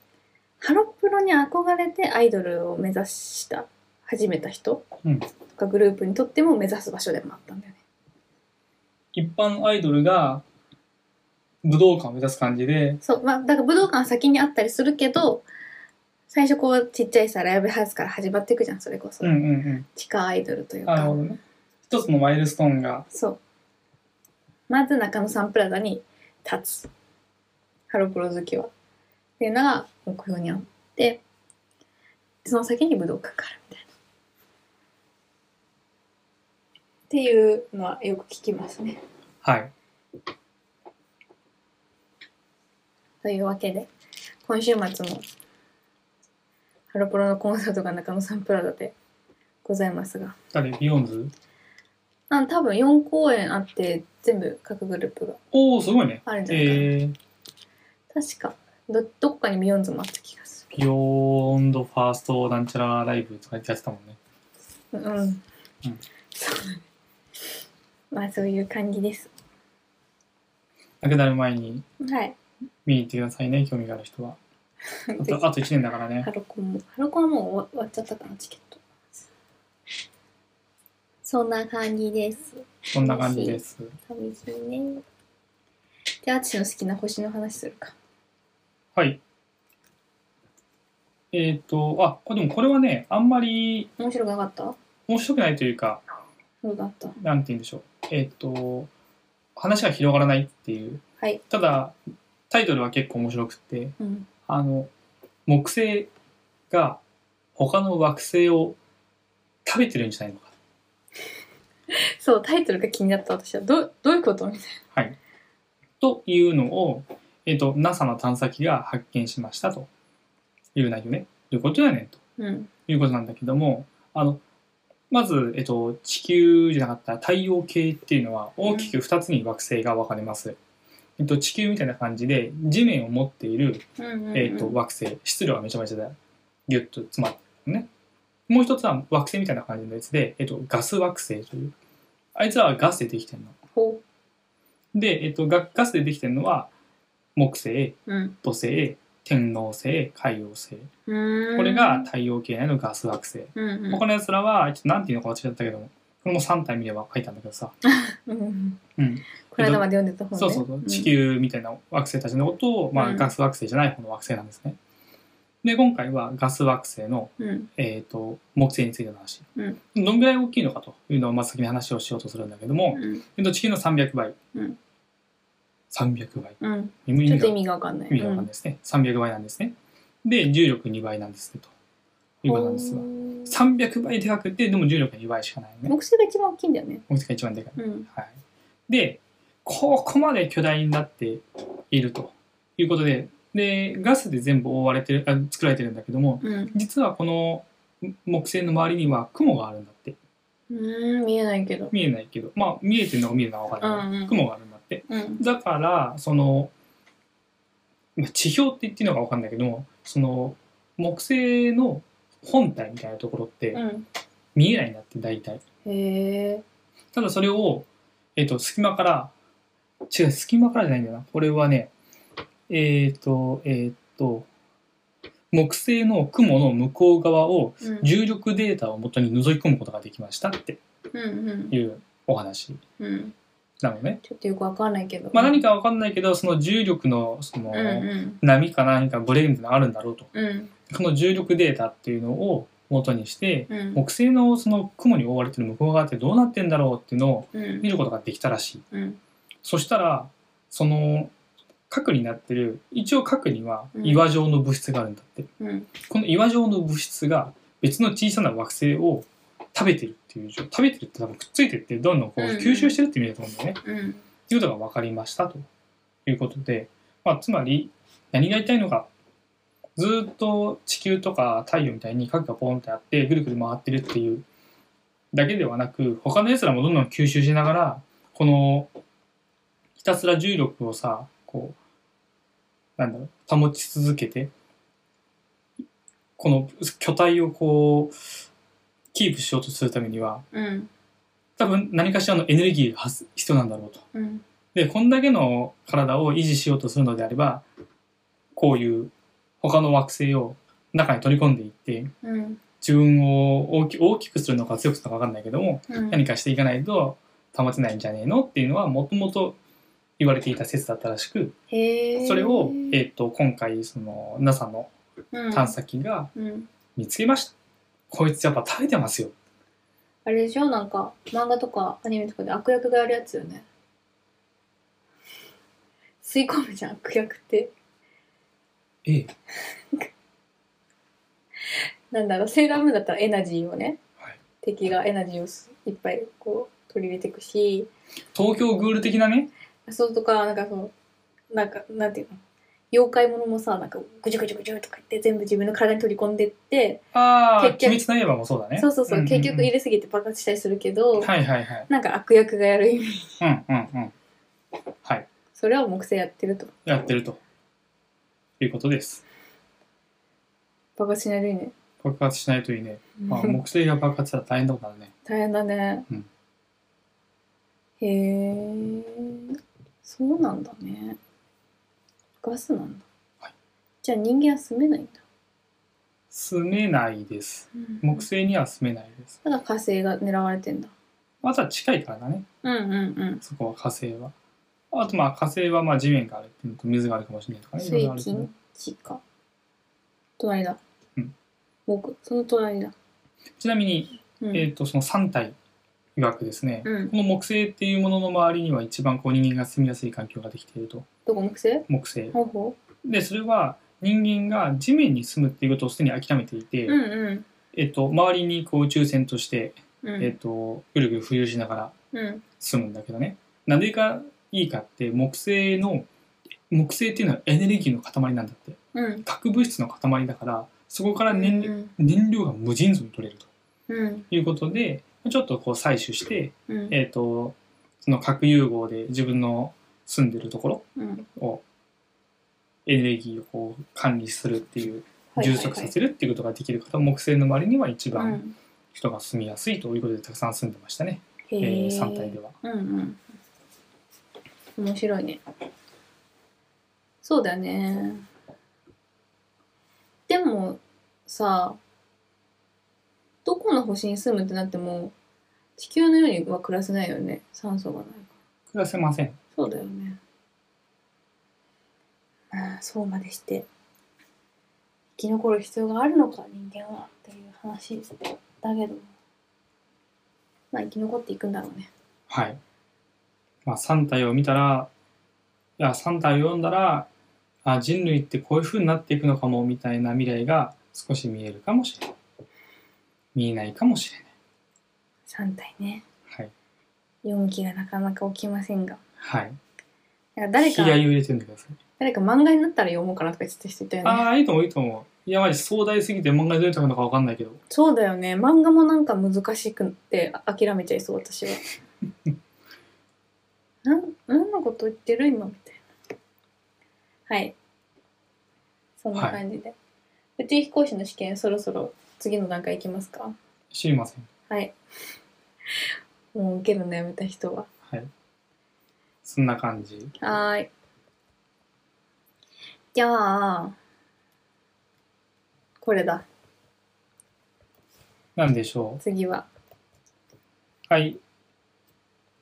ハロプロに憧れてアイドルを目指した、始めた人、
うん
とかグループにとっても目指す場所でもあったんだよね。
う。一般アイドルが武道館を目指す感じで、
そう、まあ、だから武道館は先にあったりするけど、最初こうちっちゃいさ、ライブハウスから始まっていくじゃん、それこそ。
うんうん。
地下アイドルといううん
なる
か
ほ。どね。一つのマイルストーンが、
そう。まず中野サンプラザに立つ。ハロプロ好きは。っていうのが目標にあって、その先に武道館からみたいな。っていうのはよく聞きますね。
はい。
というわけで、今週末もハロプロのコンサートが中野サンプラザでございますが、
誰ビヨンズ
あ多分4公演あって全部各グループが
おおすごいね。
あるんじゃないかな。
えー、
確かどどこかにビヨンズもあった気がす
ビヨーンドファーストなんちゃらライブとかやってたもんね。
るうん、うん、まあそういう感じです
なくなる前に
はい
見に行ってくださいね、興味がある人は。あ
ぜひ
と、あと1年だからね
ハ。ロコンもハロコンはもう終わ終わっちゃったかなチケットそんな感じです
そんな感じです。
寂しいねであっちの好きな星の話するか
はい。えっ、と、あ、これでもこれはね、あんまり
面白くなかった
面白くないというか、
どうだった
なんて言うんでしょう。えっ、と、話が広がらないっていう。
はい
ただ、タイトルは結構面白くって、
うん
あの、木星が他の惑星を食べてるんじゃないのか。
そうタイトルが気になった私はどうどういうことみたい
はい。というのを、えっ、と、NASA の探査機が発見しましたという内容ね。どういうことやねんと。
なうん
いうことなんだけどもあのまず、えっと、地球じゃなかった太陽系っていうのは大きく2つに惑星が分かれます、えっと、地球みたいな感じで地面を持っている、
うんうんうん
えっと、惑星質量がめちゃめちゃギュッと詰まってるのねもう一つは惑星みたいな感じのやつで、えっと、ガス惑星というあいつらはガスでできてるの
ほ
で、えっと、ガガスでできてるのは木星
ううん
土星天王星海王星
うーん
これが太陽系内のガス惑星
うんうん
他のやつらは、ちょっとなんていうのか忘れちゃったけども、これも3体見れば書いたんだけどさ、
うん
うん、
この間まで読んでた本ね。
そうそうそう、
ん
地。球みたいな惑星たちのことを、ま
う
あ、
ん
ガス惑星じゃない方の惑星なんですね。で、今回はガス惑星の、
うん。
えー、と木星についての話、
うん
どんぐらい大きいのかというのをまず先に話をしようとするんだけども、
うん
えっと地球の300倍、
うん
300倍
うん。
意味
ちょっと
が
意
意
味がわかんない。
味がわかんないですね、300倍なんですねで重力2倍なんですねということなんですが
す
300倍でかくてでも重力が2倍しかないのね
木星が一番大きいんだよね。
大きさが一番でかい
うん。
はい、でここまで巨大になっているということででガスで全部覆われてるあ作られてるんだけども
うん。
実はこの木星の周りには雲があるんだって
うーん、見えないけど。
見えないけどまあ見えてるのが見えるのが分かるけど、
うんうん
雲があるんだって
うん。
だからそのまあ地表って言ってるのか分かんないけどもその木星の本体みたいなところって
うん。
見えないんだって大体
へえ。
ただそれを、えっと隙間から違う隙間からじゃないんだよなこれはねえっ、とえっ、と木星の雲の向こう側を
うん。
重力データを元に覗き込むことができましたって
うんうん
いうお話
うん。
なのね。
ちょっとよくわかんないけど。
まあ、何。かわかんないけどその重力のその
うんうん。
波か何かブレみたいなのがあるんだろうと
うん
この重力データっていうのを元にして
うん
木星のその雲に覆われてる向こう側ってどうなってんだろうっていうのを
う
見
ん
ることができたらしい。
うん
そしたらその核になってる一応核には
うん
岩状の物質があるんだって、
うん
この岩状の物質が別の小さな惑星を食べてるっていう状食べてるって多分くっついてってどんどんこう
うんうん
吸収してるって意味だと思うんだよね、
うん
っていうことが分かりましたということで、まあ、つまり何が言いたいのかずーっと地球とか太陽みたいに核がポーンってあってぐるぐる回ってるっていうだけではなく他のやつらもどんどん吸収しながらこのひたすら重力をさこうなんだろう保ち続けてこの巨体をこうキープしようとするためには
うん
多分何かしらのエネルギーが発す必要なんだろうと。
うん
でこんだけの体を維持しようとするのであればこういう他の惑星を中に取り込んでいって
うん
自分を大き大きくするのか強くするのか分かんないけども
うん
何かしていかないと保てないんじゃねえのっていうのはもともと言われていた説だったらしく
へー
それを、えっと今回その NASA の探査機が
うんうん
見つけました。こいつやっぱ食べてますよ。
あれでしょなんか漫画とかアニメとかで悪役がやるやつよね吸い込むじゃん悪役って
ええ。
なんだろうセーラームーンだったらエナジーをね、
はい
敵がエナジーをすいっぱいこう取り入れていくし
東京グール的なね。
そうとかなんかそのなんかなんていうの妖怪ものもさなんかぐじゅぐじゅぐじゅとか言って全部自分の体に取り込んでって、
ああ、鬼滅
結
の刃もそうだね。
そうそうそう,、
んんん
結局入れすぎて爆発したりするけど、
はいはいはい。
なんか悪役がやる意味
うんうんうん。はい。
それは木星やってると
やってると。いうことです。
爆発しないでいいね、
爆発しないといい ね。まあ、木星が爆発したら大変だことだね。
大変だね、
うん
へえそうなんだねガスなんだ、
はい
じゃあ人間は住めないんだ、
住めないです。木星には住めないです。
ただ火星が狙われてんだ
まずは近いからだね。
うんうんうん
そこは火星は。あとまあ火星はまあ地面があるっていうのと水があるかもしれないとかね。いろいろあ
水
るけどね
金地か隣だ
うん
僕その隣だ
ちなみに、
うん、
えっ、と、その3体曰くですね。
うん
この木星っていうものの周りには一番こう人間が住みやすい環境ができていると。
どこ木星
木星。
ほうほ
で、それは人間が地面に住むっていうことをすでに諦めていて、
ううんうん
えっと、周りにこう宇宙船として、
う
えっ
ん
と、ぐるぐる浮遊しながら
うん
住むんだけどねなんでかいいかって木星の木星っていうのはエネルギーの塊なんだって
うん
核物質の塊だからそこから
うん
燃,、燃料が無尽蔵に取れると
うん
いうことでちょっとこう採取して、
うん
えっとその核融合で自分の住んでるところ
うん
をエネルギーをこう管理するっていう
はい
充足させるっていうことができる方、木星の周りには一
はいはい
番人が住みやすいということでたくさん住んでましたね、
うん
え
へ
ー
え
三体では。
うんうん面白いねそうだねでもさどこの星に住むってなっても地球のようには暮らせないよね酸素がないから
暮らせません
そうだよねまあそうまでして生き残る必要があるのか人間はっていう話だけどまあ生き残っていくんだろうね
はい。まあ、3体を見たら、いや、3体を読んだら、あ人類ってこういう風になっていくのかも、みたいな未来が少し見えるかもしれない。見えないかもしれない。
3体ね
はい。
読む気がなかなか起きませんが。
はい。
なんか誰
気合を
か、
入れてみてください。
誰か漫画になったら読もうかなとか言ってた人いたよね。
ああ、いいと思う、いいと思う。いや、まじ壮大すぎて漫画にどういうのかわかんないけど。
そうだよね。漫画もなんか難しくってあ諦めちゃいそう、 私は。なん、何のこと言ってる今みたいな。はい。そんな感じで。宇宙飛行士の試験、そろそろ次の段階いきますか
知りません。
はい。もう受けるのやめた人は。
はい。そんな感じ。
はーい。じゃあ、これだ。
なんでしょ
次は。
う。はい。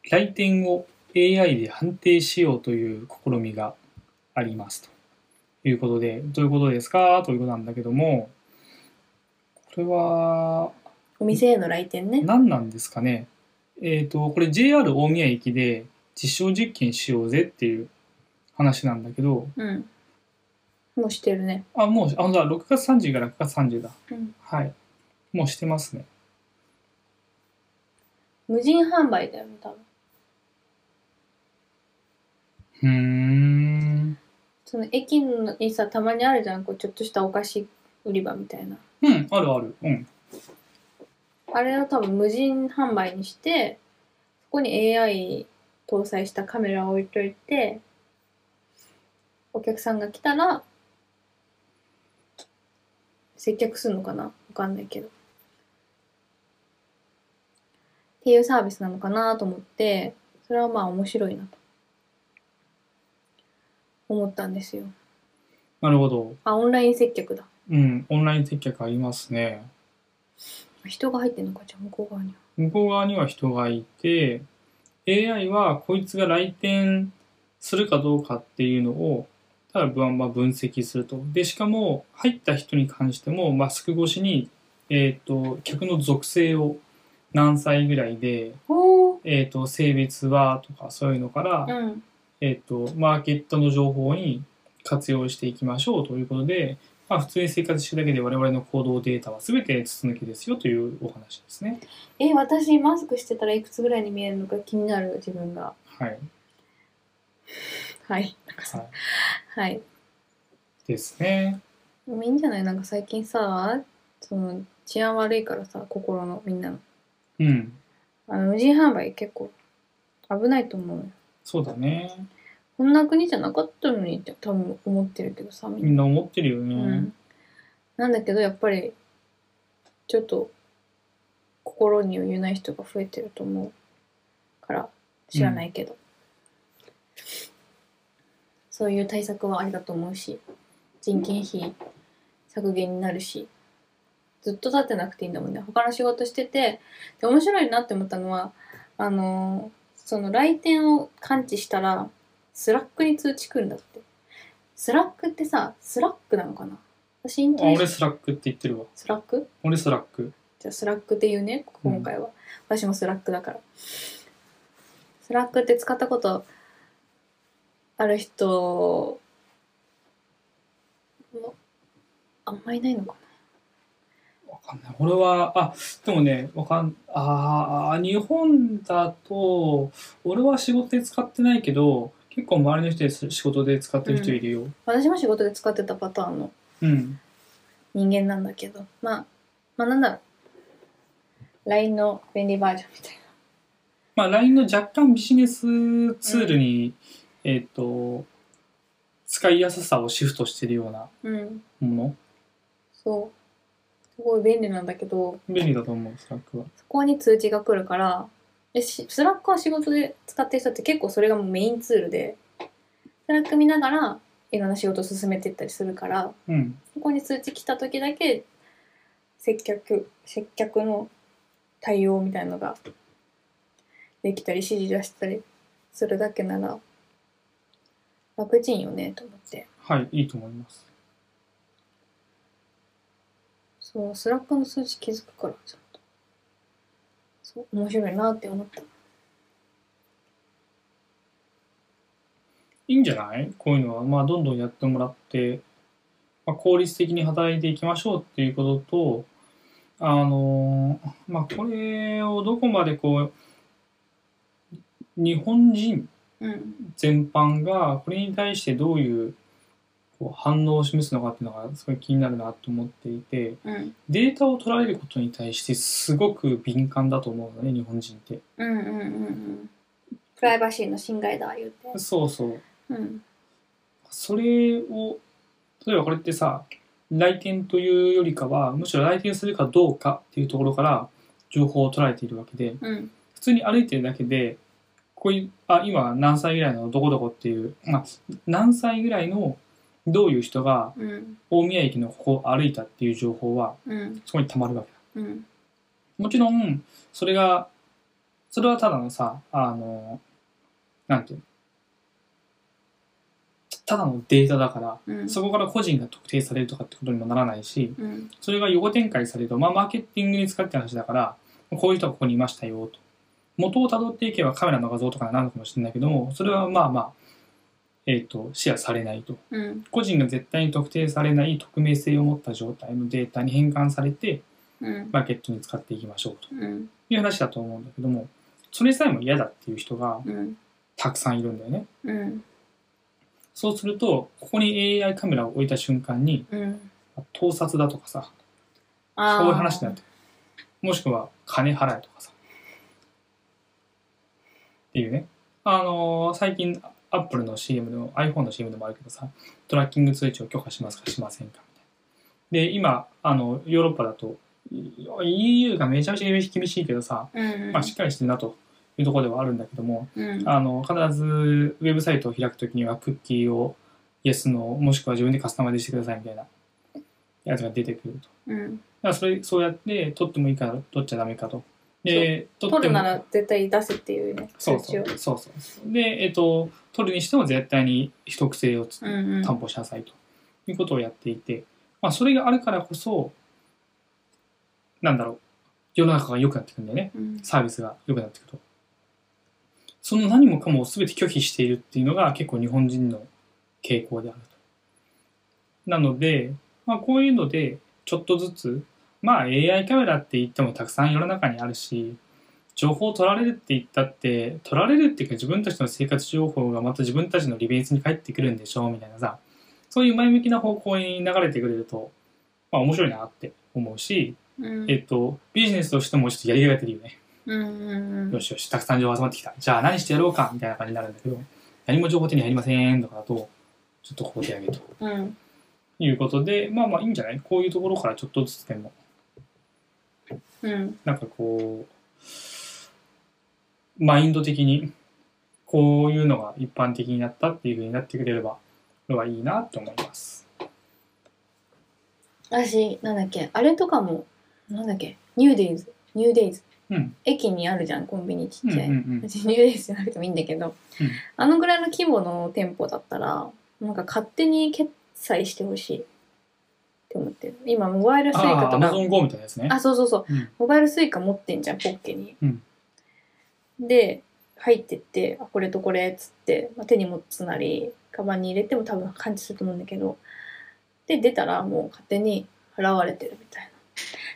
来店を AI で判定しようという試みがありますということで、どういうことですかということなんだけども、これは
お店への来店ね。
何なんですかね。えっ、と、これ JR 大宮駅で実証実験しようぜっていう話なんだけど、
うん。もうしてるね。
あ、もう、あ、じゃあ6月30から9月30だ。
うん
はい。もうしてますね。
無人販売だよね、多分。
うーん。
その駅にさ、たまにあるじゃん。こう、ちょっとしたお菓子売り場みたいな。
うん、あるある。うん。
あれを多分無人販売にして、そこに AI 搭載したカメラを置いといて、お客さんが来たら、接客するのかなわかんないけど。っていうサービスなのかなと思って、それはまあ面白いなと思ったんですよ。
なるほど。
あ、オンライン接客だ。
うん、オンライン接客ありますね。
人が入ってんのか、じゃあ向こう側には。
向こう側には人がいて、AI はこいつが来店するかどうかっていうのを、ただまあまあ分析すると。で、しかも、入った人に関しても、マスク越しに、えっ、と、客の属性を何歳ぐらいで、
おー
えっ、と、性別はとかそういうのから、
うん。
えっ、と、マーケットの情報に活用していきましょうということで、まあ、普通に生活してるだけで我々の行動データは全て筒抜けですよというお話ですね。
え、私マスクしてたらいくつぐらいに見えるのか気になる自分が。
はい。は
はい。
い、
はい。
ですね。
でもいいんじゃないなんか最近さ、その治安悪いからさ、心のみんなの。
うん。
あの無人販売結構危ないと思うよ。
そうだね。
こんな国じゃなかったのにって多分思ってるけどさ、みんな
みんな思ってるよね。
うん、なんだけどやっぱりちょっと心に余裕ない人が増えてると思うから知らないけど、そういう対策はありだと思うし人件費削減になるしずっと立ってなくていいんだもんね他の仕事しててで面白いなって思ったのはあのーその来店を感知したらスラックに通知来るんだってスラックってさスラックなのかな私イン
あ
トネーショ
俺
ン
スラックって言ってるわ。
スラック
俺スラック。
じゃあスラックで言うね
うん
今回は、私もスラックだからスラックって使ったことある人もあんまいないのか
わかんない。俺は、あ、でもね、わかん、あー日本だと、俺は仕事で使ってないけど、結構周りの人です仕事で使ってる人いるよ。
な私も仕事で使ってたパターンの
うん。
人間なんだけどまあまあなんだろう LINE の便利バージョンみたいな
まあ、LINE の若干ビジネスツールに、えっ、と、使いやすさをシフトしてるような
うん
も
そうすごい便利なんだけど
の。便利だと思う、スラックは。
そこに通知が来るから、でしスラックは仕事で使ってる人って結構それがもうメインツールで、スラック見ながらいろんな仕事を進めていったりするから、
うん。
そこに通知来た時だけ、接客、接客の対応みたいのができたり指示出したりするだけなら、楽ちんよねと思って。
はい、いいと思います。
そう、スラックの数値気づくから、ちゃんと。そう、面白いなって思った。
いいんじゃないこういうのは、まあ、どんどんやってもらって、まあ、効率的に働いていきましょうっていうことと、あのーまあ、これをどこまでこう、日本人
うん。
全般がこれに対してどういうこう反応を示すのかっていうのがすごい気になるなと思っていて、
うん。
データを取られることに対してすごく敏感だと思うのね、日本人って。
うんうんうんうんプライバシーの侵害だ言うて
そうそう。
うん
それを例えばこれってさ来店というよりかはむしろ来店するかどうかっていうところから情報を捉えているわけで
うん
普通に歩いてるだけでこういうあ今何歳ぐらいのどこどこっていう、まあ、何歳ぐらいのどういう人が
うん
大宮駅のここを歩いたっていう情報は
うん
そこに溜まるわけだ。
うん
もちろんそれがそれはただのさあのなんていうのただのデータだから
うん
そこから個人が特定されるとかってことにもならないし、
うん
それが横展開されると、まあ、マーケティングに使ってる話だから、こういう人がここにいましたよと。元をたどっていけばカメラの画像とかになるのかもしれないけども、それはまあまあ、えっ、と、シェアされないと。
うん
個人が絶対に特定されない匿名性を持った状態のデータに変換されて、
うん
マーケットに使っていきましょうと
うん
いう話だと思うんだけども、それさえも嫌だっていう人が
うん
たくさんいるんだよね。
うん
そうすると、ここに AI カメラを置いた瞬間に、
うん
盗撮だとかさ、
あ
そ
ー
ういう話になってくるもしくは金払えとかさ。っていうね。あのー最近、アップルの CM でも iPhone の CM でもあるけどさ、トラッキング通知を許可しますかしませんかみたいな。で、今、あの、ヨーロッパだと、い EU がめちゃめちゃ厳しいけどさ、
うん
まあ、しっかりしてるなというところではあるんだけども、
うん
あの必ずウェブサイトを開くときにはクッキーを Yes のもしくは自分でカスタマイズしてくださいみたいなやつが出てくると。だか
うん
らそれそうやって取ってもいいか取っちゃダメかと。で取っ
取
て
る
も
なら絶対出せっていうね
そう
通知
そうそ
を
うそう。で、えっと取るにしても絶対に秘匿性をつ
うんうん
担保しなさいということをやっていて、まあ、それがあるからこそなんだろう世の中が良くなってくるんだよね。
うん
サービスが良くなっていくと。その何もかも全て拒否しているっていうのが結構日本人の傾向であると。なので、まあ、こういうのでちょっとずつ、まあ AI カメラって言ってもたくさん世の中にあるし、情報を取られるって言ったって、取られるっていうか自分たちの生活情報がまた自分たちの利便性に返ってくるんでしょうみたいなさ、そういう前向きな方向に流れてくれると、まあ面白いなって思うし、
うん
えっと、ビジネスとしてもちょっとやりがいが出るよね。
うんうんうん
よしよし、たくさん情報集まってきた。じゃあ何してやろうかみたいな感じになるんだけど、何も情報手に入りませんとかだと、ちょっとここ手上げと
うん
いうことで、まあまあいいんじゃないこういうところからちょっとずつでも、
うん
なんかこう、マインド的に、こういうのが一般的になったっていうふうになってくれれば、これはいいなと思います。
私なんだっけあれとかもなんだっけニューデイズニューデイズ
うん。
駅にあるじゃんコンビニち
う
っ
んう
ち
ん
ゃい、
うん。
別にニューデイズじゃなくてもいいんだけど、
うん
あのぐらいの規模の店舗だったらなんか勝手に決済してほしいって思ってる今モバイルスイカ
ああ、
と
Amazon
か
Go みたいなやつね。
あそうそうそう
うん。
モバイルスイカ持ってんじゃんポッケに、
うん
で入ってってあこれとこれっつって、まあ、手に持つなりカバンに入れても多分感知すると思うんだけどで出たらもう勝手に払われてるみたい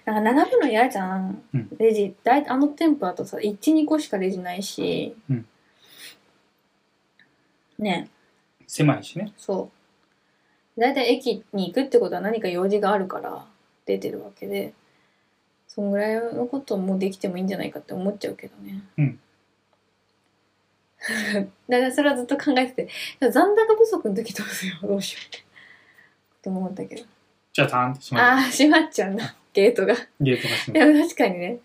ななんか並ぶの嫌じゃん、
うん
レジだいあの店舗だとさ12個しかレジないし、
うん
ね
狭いしね。
そう。だいたい駅に行くってことは何か用事があるから出てるわけで、そんぐらいのこともできてもいいんじゃないかって思っちゃうけどね。
うん。
だからそれはずっと考えてて、残高不足の時どうすよう、どうしようって。と思ったけど。
じゃあ、ターンってしまう。
ああ、閉まっちゃうんだ、ゲートが。い
ゲートが閉まる。
や、確かにね。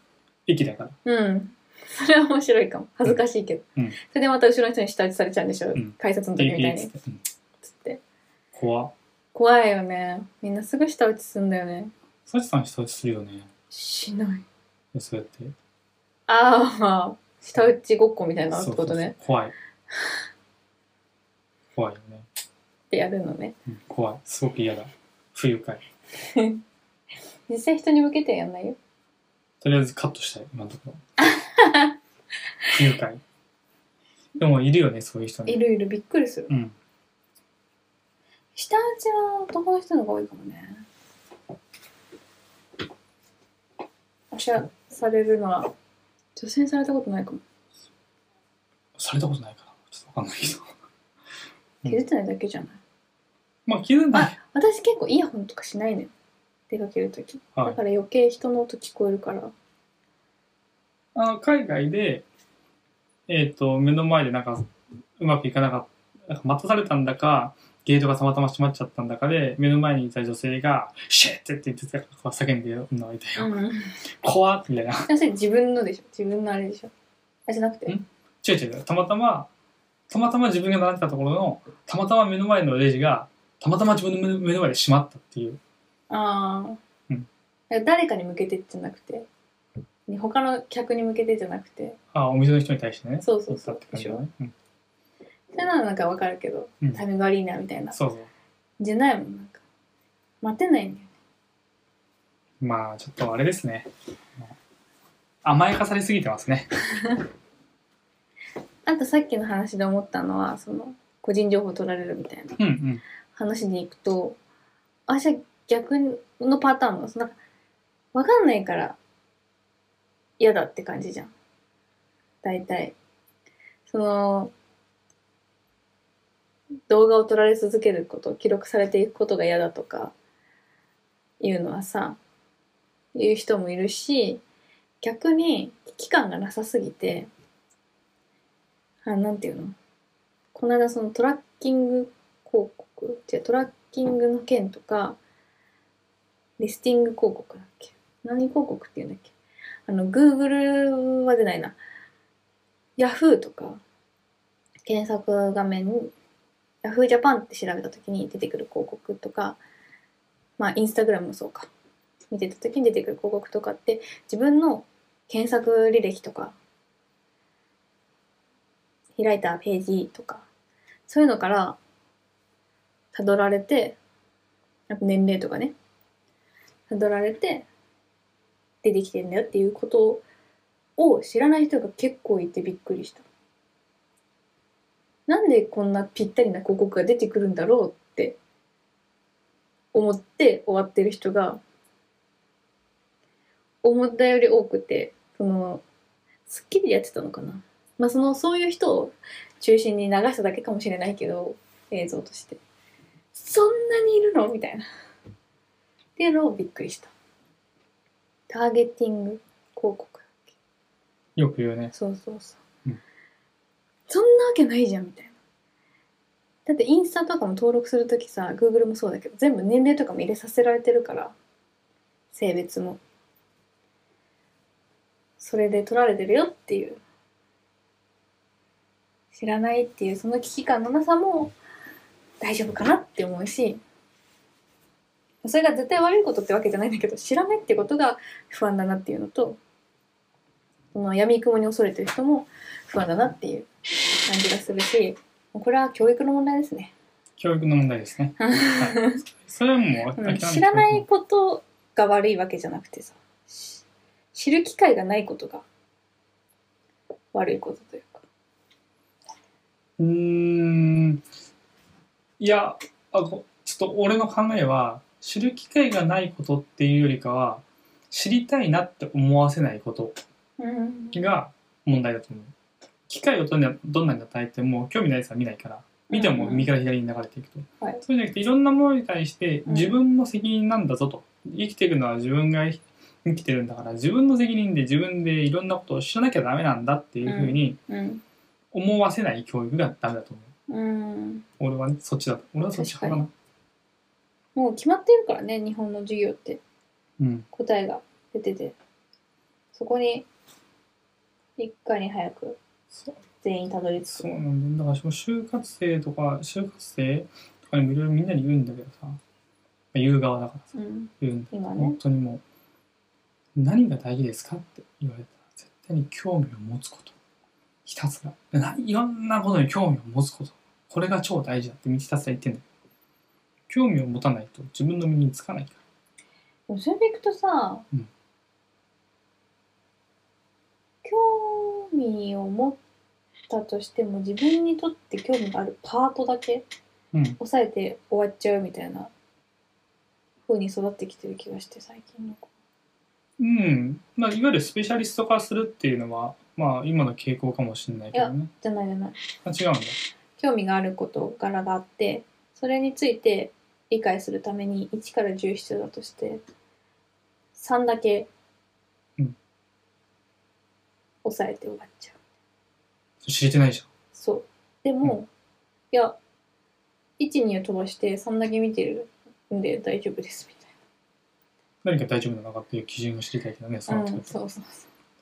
駅だから。
うん。それは面白いかも。恥ずかしいけど。
うん
それでまた後ろの人に下打ちされちゃうんでしょ、
ん
改札の時
ピー
みた
ピー
い
っつっ。
に
て。うん
つって。
怖っ。
怖いよねみんなすぐ下打ちすんだよね
サチさん人打ちするよね。
しない
そうやって。
ああまあ下打ちごっこみたいなのって
そう
こ
そう
と
そ
ね
う怖い。 怖いよね。
ってやるのね
うん怖い。すごく嫌だ。不愉快。
実際人に向けてはやんないよ
とりあえずカットしたい、今のと ころ。不愉快。でもいるよね、そういう人
い
ね。
るいるびっくりする
うん。
下打ちは男の人の方が多いかもね私はされるのは女性にされたことないかも
されたことないから、ちょっとわかんないけど。
気づいてないだけじゃない、
まあ、気づいた。
私結構イヤホンとかしないのよ出かけるとき、
は
だ
い
から余計人の音聞こえるから
あの海外で、えっ、と、目の前でなんか、うまくいかなかった、なんか待たされたんだか、ゲートがたまたま閉まっちゃったんだかで、目の前にいた女性が、シェッって言ってたから叫んでるのがいたよ。
うん
怖っみたいな。
それ自分のでしょ自分のあれでしょあじゃなくて
ん違う違う、たまたま、たまたま自分が並んでたところの、たまたま目の前のレジが、たまたま自分の目の目の前で閉まったっていう。
ああ、
うん
誰かに向けてじゃなくて他の客に向けてじゃなくて
あお店の人に対してね。
そうそうそう
だったって感じだね。うん
それならなんかわかるけど、
うん
タイミング悪いなみたいな
そうそう。
じゃないもんなんか待てないんだよね
まあ、ちょっとあれですね。甘やかされすぎてますね。
あとさっきの話で思ったのはその個人情報取られるみたいな
うんうん。
話に行くと私は逆のパターンもなんかわかんないから嫌だって感じじゃん大体その動画を撮られ続けること記録されていくことが嫌だとかいうのはさいう人もいるし逆に危機感がなさすぎてあなんていうのこの間そのトラッキング広告じゃトラッキングの件とかリスティング広告だっけ何広告っていうんだっけあの Google は出ないな Yahoo とか検索画面に Yahoo Japan って調べた時に出てくる広告とかまあインスタグラムもそうか見てた時に出てくる広告とかって自分の検索履歴とか開いたページとかそういうのからたどられてあと年齢とかねたどられて出てきてんだよっていうことを知らない人が結構いてびっくりした。なんでこんなぴったりな広告が出てくるんだろうって思って終わってる人が思ったより多くてその『スッキリ』でやってたのかな、まあ、そのそういう人を中心に流しただけかもしれないけど映像としてそんなにいるのみたいなっていうのをびっくりしたターゲティング広告だっけ
よく言うね。
そうそうそう、
うん
そんなわけないじゃんみたいなだってインスタとかも登録するときさ Google もそうだけど全部年齢とかも入れさせられてるから性別もそれで取られてるよっていう知らないっていうその危機感のなさも大丈夫かなって思うしそれが絶対悪いことってわけじゃないんだけど知らないってことが不安だなっていうのとその闇雲に恐れてる人も不安だなっていう感じがするしもうこれは教育の問題ですね。
教育の問題です ね。はいそれはもう
う
諦め
ん
て
知らないことが悪いわけじゃなくてさし知る機会がないことが悪いことというか
うーんいやあごちょっと俺の考えは知る機会がないことっていうよりかは知りたいなって思わせないこと
うん
が問題だと思う機会をどんなどんなに与えても興味ないやつは見ないから見ても
うんうん
右から左に流れていくと、
はい
そうじゃなくていろんなものに対して
うん
自分の責任なんだぞと生きていくのは自分が生きてるんだから自分の責任で自分でいろんなことを知らなきゃダメなんだっていうふうに
うん
思わせない教育がダメだと思う
うん
俺はねそっちだと俺はそっち派かな
もう決まってるからね日本の授業って
うん
答えが出ててそこに一家に早く
そう
全員たどり着
そ
く
うなんだよだからその就活生とか就活生とかにもいろいろみんなに言うんだけどさ言う側だからさ
うん
言うんだ
今ね
本当にもう何が大事ですかって言われたら絶対に興味を持つことひたすらないろんなことに興味を持つことこれが超大事だって道ひたすら言ってんだけど興味を持たないと自分の身につかないから
でもそれでいくとさ、
うん
興味を持ったとしても自分にとって興味があるパートだけ
うん
抑えて終わっちゃうみたいな風に育ってきてる気がして最近の子
うんまあいわゆるスペシャリスト化するっていうのはまあ今の傾向かもしれないけどね
じゃないじゃない
あ違うんだ
興味があること柄があってそれについて理解するために1から10必要だとして3だけ
うん
抑えて終わっちゃう。
知れてないじ
そう。でも、いや、1、2を飛ばして3だけ見てるんで大丈夫ですみ
ゃん何か大丈夫なのかっていう基準を知りたいけどね
た
そ
い
の
な。うん、
時
そう
々
そうそ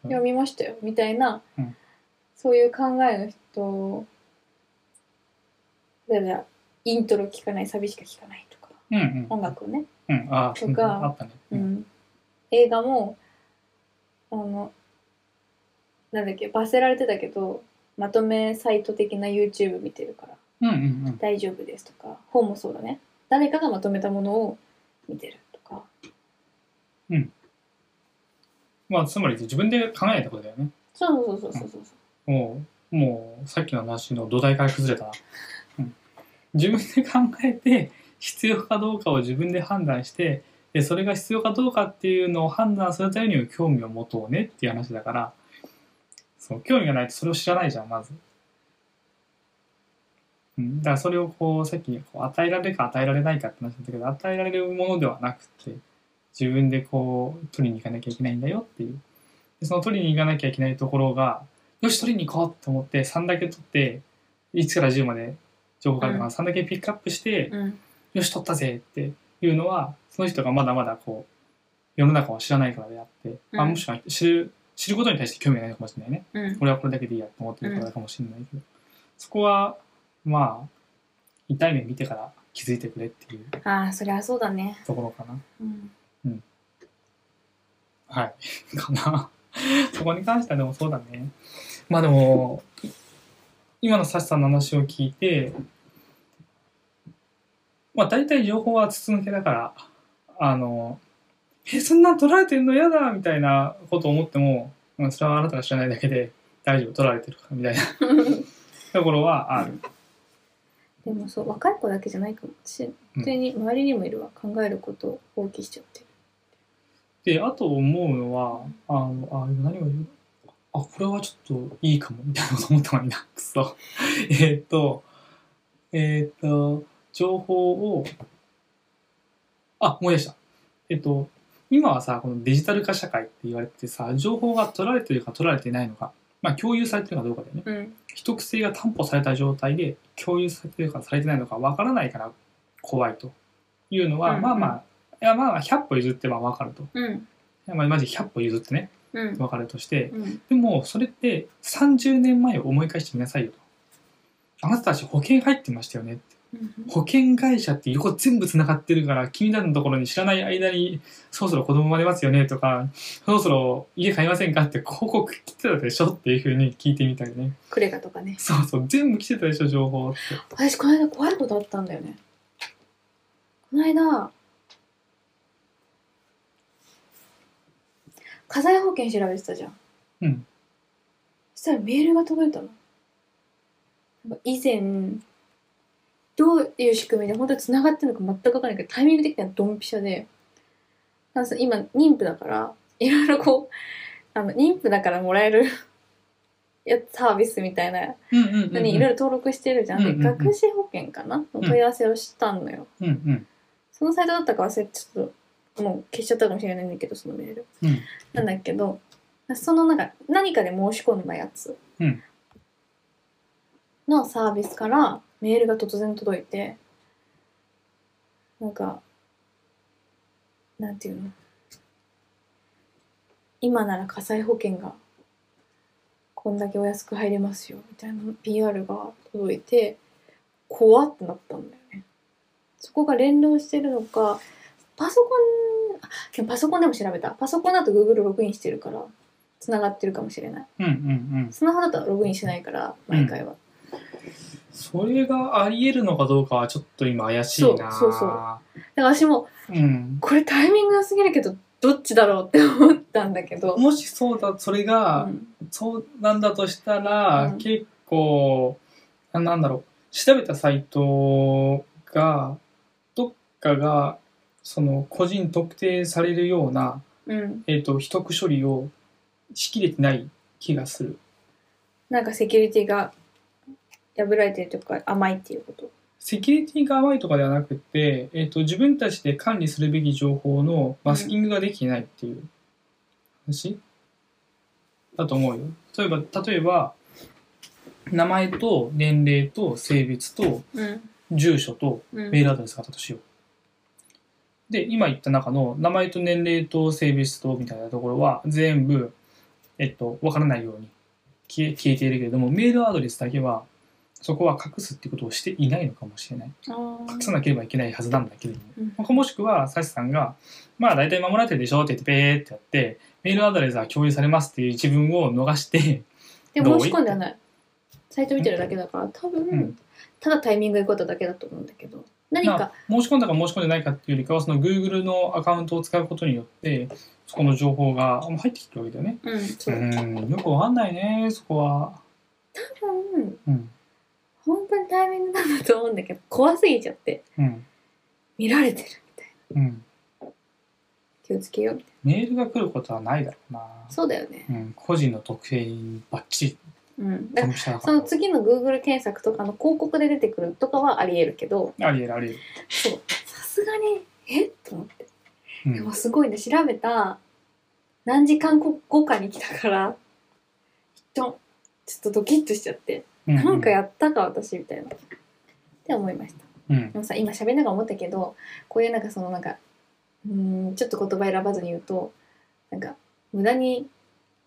うう。
ん
いや、見ましたよみたいな、
うん
そういう考えの人、例えば、イントロ聞かない、サビしか聞かないとか、
うんうん
音楽をね、
うんああ
とか
あったね
う
うんん
映画も、あの、なんだっけ、罰せられてたけど、まとめサイト的な YouTube 見てるから。
うんうん
大丈夫ですとか本もそうだね誰かがまとめたものを見てるとか
まあつまり自分で考えたことだよね
そうそうそうそうそう
もうもうさっきの話の土台から崩れたな、うん、自分で考えて必要かどうかを自分で判断してでそれが必要かどうかっていうのを判断するためにも興味を持とうねっていう話だからそう興味がないとそれを知らないじゃんまず、うん、だからそれをこうさっきこう与えられるか与えられないかって話だったけど与えられるものではなくて自分でこう取りに行かなきゃいけないんだよっていうでその取りに行かなきゃいけないところがよし取りに行こうと思って3だけ取って1から10まで情報があるから3だけピックアップして、
うん。
よし取ったぜっていうのはその人がまだまだこう世の中を知らないからであって、あ
うん
もしくは知る知ることに対して興味がないのかもしれないね
うん。
俺はこれだけでいいやと思ってるからかもしれないけど、そこはまあ痛い目見てから気づいてくれっていう
ああ、そりゃそうだね。
ところかな
うん。
はい かなそこに関してはでもそうだねまあでもい今のサシさんの話を聞いてまあ大体情報は筒抜けだからあの「えそんなん取られてんの嫌だ」みたいなことを思っても、うん、それはあなたが知らないだけで大丈夫取られてるからみたいなところはある。
でもそう、若い子だけじゃないかも。し
うん
普通に周りにもいるわ。考えることを放棄しちゃってる。
であと思うのはあのあ今何を言うあこれはちょっといいかもみたいなこと思ったのになくそ えーっとえーっと情報をあ思い出したえっと今はさこのデジタル化社会って言われてさ情報が取られてるか取られてないのかまあ共有されてるかどうかだよね
うん。
秘匿性が担保された状態で共有されてるかされてないのかわからないから怖いというのは、
うんうん
まあまあいやまあまあ100歩譲ってはわかると。
うん。
まあ、マジ100歩譲ってね
うん。
分かるとして
うん。
でもそれって30年前を思い返してみなさいよとあなたたち保険入ってましたよねって
うん
保険会社って横全部つながってるから君らのところに知らない間にそろそろ子供生まれますよねとかそろそろ家買いませんかって広告来てたでしょっていうふうに聞いてみたりね
クレカとかね。
そうそう全部来てたでしょ情報って
私、この間怖いことあったんだよね。この間、火災保険調べてたじゃん。
うん
そしたらメールが届いたの。なんか以前、どういう仕組みで本当に繋がってるのか全くわからないけど、タイミング的にはドンピシャで、なんかさ今、妊婦だから、いろいろこう、あの、妊婦だからもらえる やつサービスみたい
う
な
んうんうんう
の
ん
にいろいろ登録してるじゃん。
うんうん
で、
うん
学士保険かなの問い合わせをしたのよ。
うんうん
そのサイトだったか忘れて、ちょっと、もう消しちゃったかもしれないんだけど、そのメール。
うん
なんだけど、そのなんか、何かで申し込んだやつ
うん
のサービスからメールが突然届いて、なんか、なんていうの今なら火災保険がこんだけお安く入れますよみたいな PR が届いて怖ってなったんだよねそこが連動してるのかパソコンあでもパソコンでも調べたパソコンだと Google ログインしてるからつながってるかもしれない
うんうんうん
スマホだとログインしないから毎回は、
それがあり得るのかどうかはちょっと今怪しいな
そうそうそだから私も
うん
これタイミング良すぎるけどどっちだろうって思ったんだけど、
もしそうだそれが、
うん
そうなんだとしたら、
うん
結構ななんだろう調べたサイトがどっかがその個人特定されるような、
うん、
えー、と秘匿処理をしきれてない気がする
なんかセキュリティが破られてるというか甘いっていうこと
セキュリティが甘いとかではなくて、えー、と自分たちで管理するべき情報のマスキングができてないっていう話、だと思うよ例えば例えば名前と年齢と性別と
うん
住所と
うん
メールアドレスがあったとしよう。で、今言った中の名前と年齢と性別とみたいなところは全部、えっと、わからないように消え消えているけれども、メールアドレスだけは、そこは隠すってことをしていないのかもしれない。
あー
隠さなければいけないはずなんだけれども。
うん
まあもしくは、サシさんが、まあ大体守られてるでしょって言って、ペーってやって、メールアドレスは共有されますっていう一文を逃して、
で
同意
申し込んではないサイト見てるだけだから多分、
うん
ただタイミングが良かっただけだと思うんだけど何か
申し込んだか申し込んでないかっていうよりかは、その Google のアカウントを使うことによって、そこの情報がもう入ってきてるわけだよね。
うん
う
そう、
ん、よくわかんないね、そこは。
多分
うん。
本当にタイミングなんだと思うんだけど怖すぎちゃって
うん。
見られてるみたいな
うん。
気をつけようみたい
メールが来ることはないだろうな。
なそうだよね
うん。個人の特性にバッチリ
うん
か
だから
もしれな
そ
か
の
っ
次の Google 検索とかの広告で出てくるとかはありえるけど
た。ありえるあり
そうさすがにえっと思って
え
で
る。
もすごいね調べた何時間後かに来たから、ちょっとドキッとしちゃって、
うんうん
なんかやったか私みたいな。って思いました。
うん
でもさ、今喋りながら思ったけど、こういうなんかそのなんか、うーん、ちょっと言葉選ばずに言うと、なんか、無駄に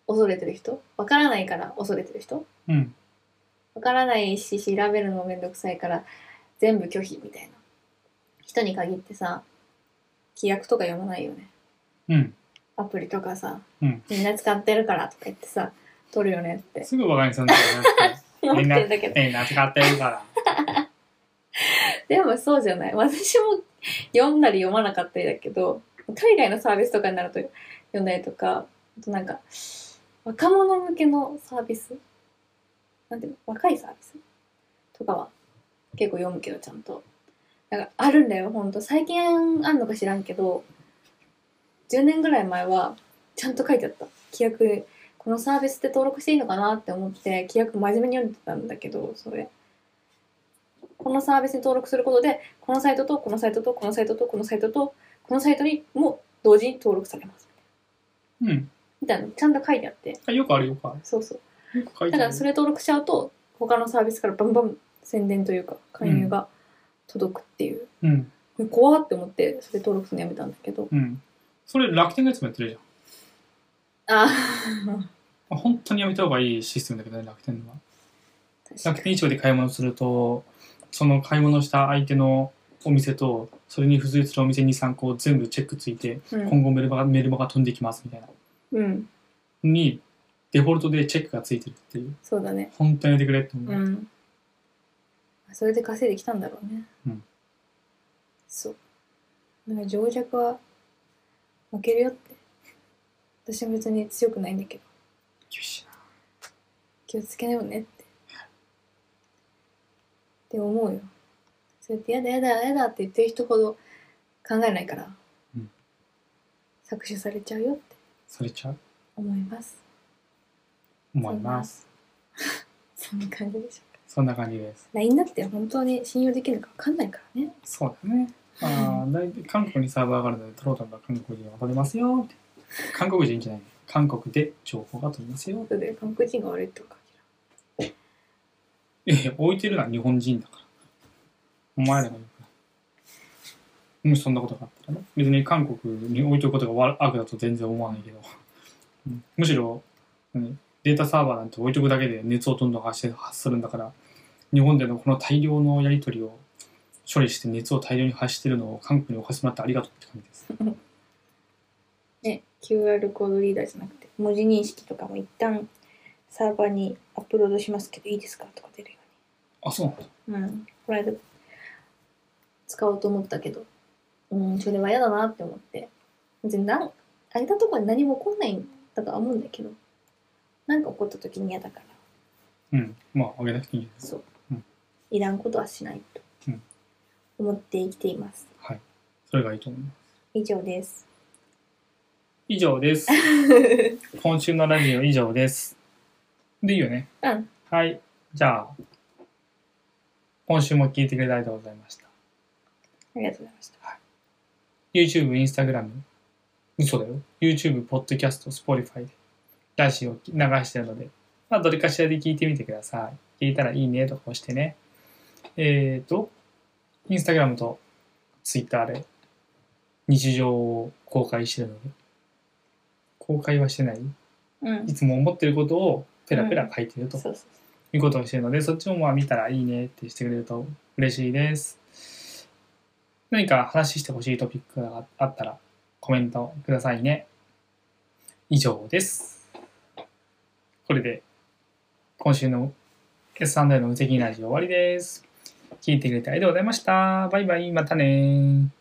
恐れてる人わからないから恐れてる人
うん
わからないし、調べるのめんどくさいから、全部拒否みたいな。人に限ってさ、規約とか読まないよね。
うん
アプリとかさ、
うん
みんな使ってるからとか言ってさ取るよねって
すぐバカにするんだよね
思って
みん
ん
な
だけど
ええな使ってるから
でもそうじゃない私も読んだり読まなかったりだけど海外のサービスとかになると読んだりとかあとなんか若者向けのサービスなんていうの若いサービスとかは結構読むけどちゃんとなんかあるんだよほんと最近あんのか知らんけど10年ぐらい前はちゃんと書いてあった規約このサービスって登録していいのかなって思って規約真面目に読んでたんだけどそれこのサービスに登録することでこのサイトとこのサイトとこのサイトとこのサイトとこのサイトにも同時に登録されます
うん
みたいなのちゃんと書いてあって
あよくあるよくあ
そうそう
るよく書い
だ
て
か
あ
ら
る
それ登録しちゃうと他のサービスからバンバン宣伝というか勧誘が届くっていう、
うん
怖って思ってそれ登録するのやめたんだけど
うんそれ楽天のやつもやってるじゃん
あ
まあ本当にやめた方がいいシステムだけどね楽天のは
ー 確
楽
かに
天市場で買い物するとその買い物した相手のお店とそれに付随するお店23個全部チェックついて今後メルマガメルマガ飛んできますみたいな
うん、うん、
にデフォルトでチェックがついてるっていう
そうだね
本当にやめてくれって思う、
うんそれで稼いできたんだろうね
うん
そうなんか情弱は負けるよって私も別に強くないんだけど
厳しいな
気をつけなよねって。って思うよ。そうやって、やだやだやだって言ってる人ほど考えないから、
うん
搾取されちゃうよって
それちゃう
思います。
思います
そんな感じでしょうか。
そんな感じです
LINE だって本当に信用できるのか分かんないからね。
そうだねあーだいぶ韓国にサーバーがあるので取ろうと思ったら韓国人が取れますよみたいな韓国人じゃない韓国で情報が取れますよ
それで韓国人が悪いとか。
ええ置いてるのは日本人だからお前らがいいからもしそんなことがあったらね別に韓国に置いてることが悪悪だと全然思わないけど、うんむしろ、うんデータサーバーなんて置いとくだけで熱をどんどん発生発するんだから日本でのこの大量のやり取りを処理して熱を大量に発してるのを韓国に置かせてもらってありがとうって感じです
ね、QR コードリーダーじゃなくて、文字認識とかも一旦サーバーにアップロードしますけど、いいですかとか出るよ
あそうなんだ
うん、これで使おうと思ったけど、うん、それは嫌だなって思って。別になん、あげたとこに何も起こんないんだとは思うんだけど、なんか起こった時に嫌だから、
うんまああげなくていいんじゃないです
そう。
うん
いらんことはしないと
うん
思って生きています。
はいそれがいいと思います
以上 です。
以上です 今週のラジオ以上ですでいいよね
うん、
はい。じゃあ、今週も聞いてくれてありがとうございました。
ありがとうございました。
YouTube、Instagram、嘘だよ。YouTube、Podcast、Spotify でラジオを流してるので、まあ、どれかしらで聞いてみてください。聞いたらいいねとか押してね。えっ、ー、と、Instagram と Twitter で日常を公開してるので、公開はしてない。
うん
い。つも思ってることをペラペラ書いてると
そうそうそう。
いうことをしてるので、そっちもまあ見たらいいねってしてくれると嬉しいです。何か話してほしいトピックがあったらコメントくださいね。以上です。これで今週の S&A の無責任ラジオ終わりです。聞いてくれてありがとうございました。バイバイ、またねー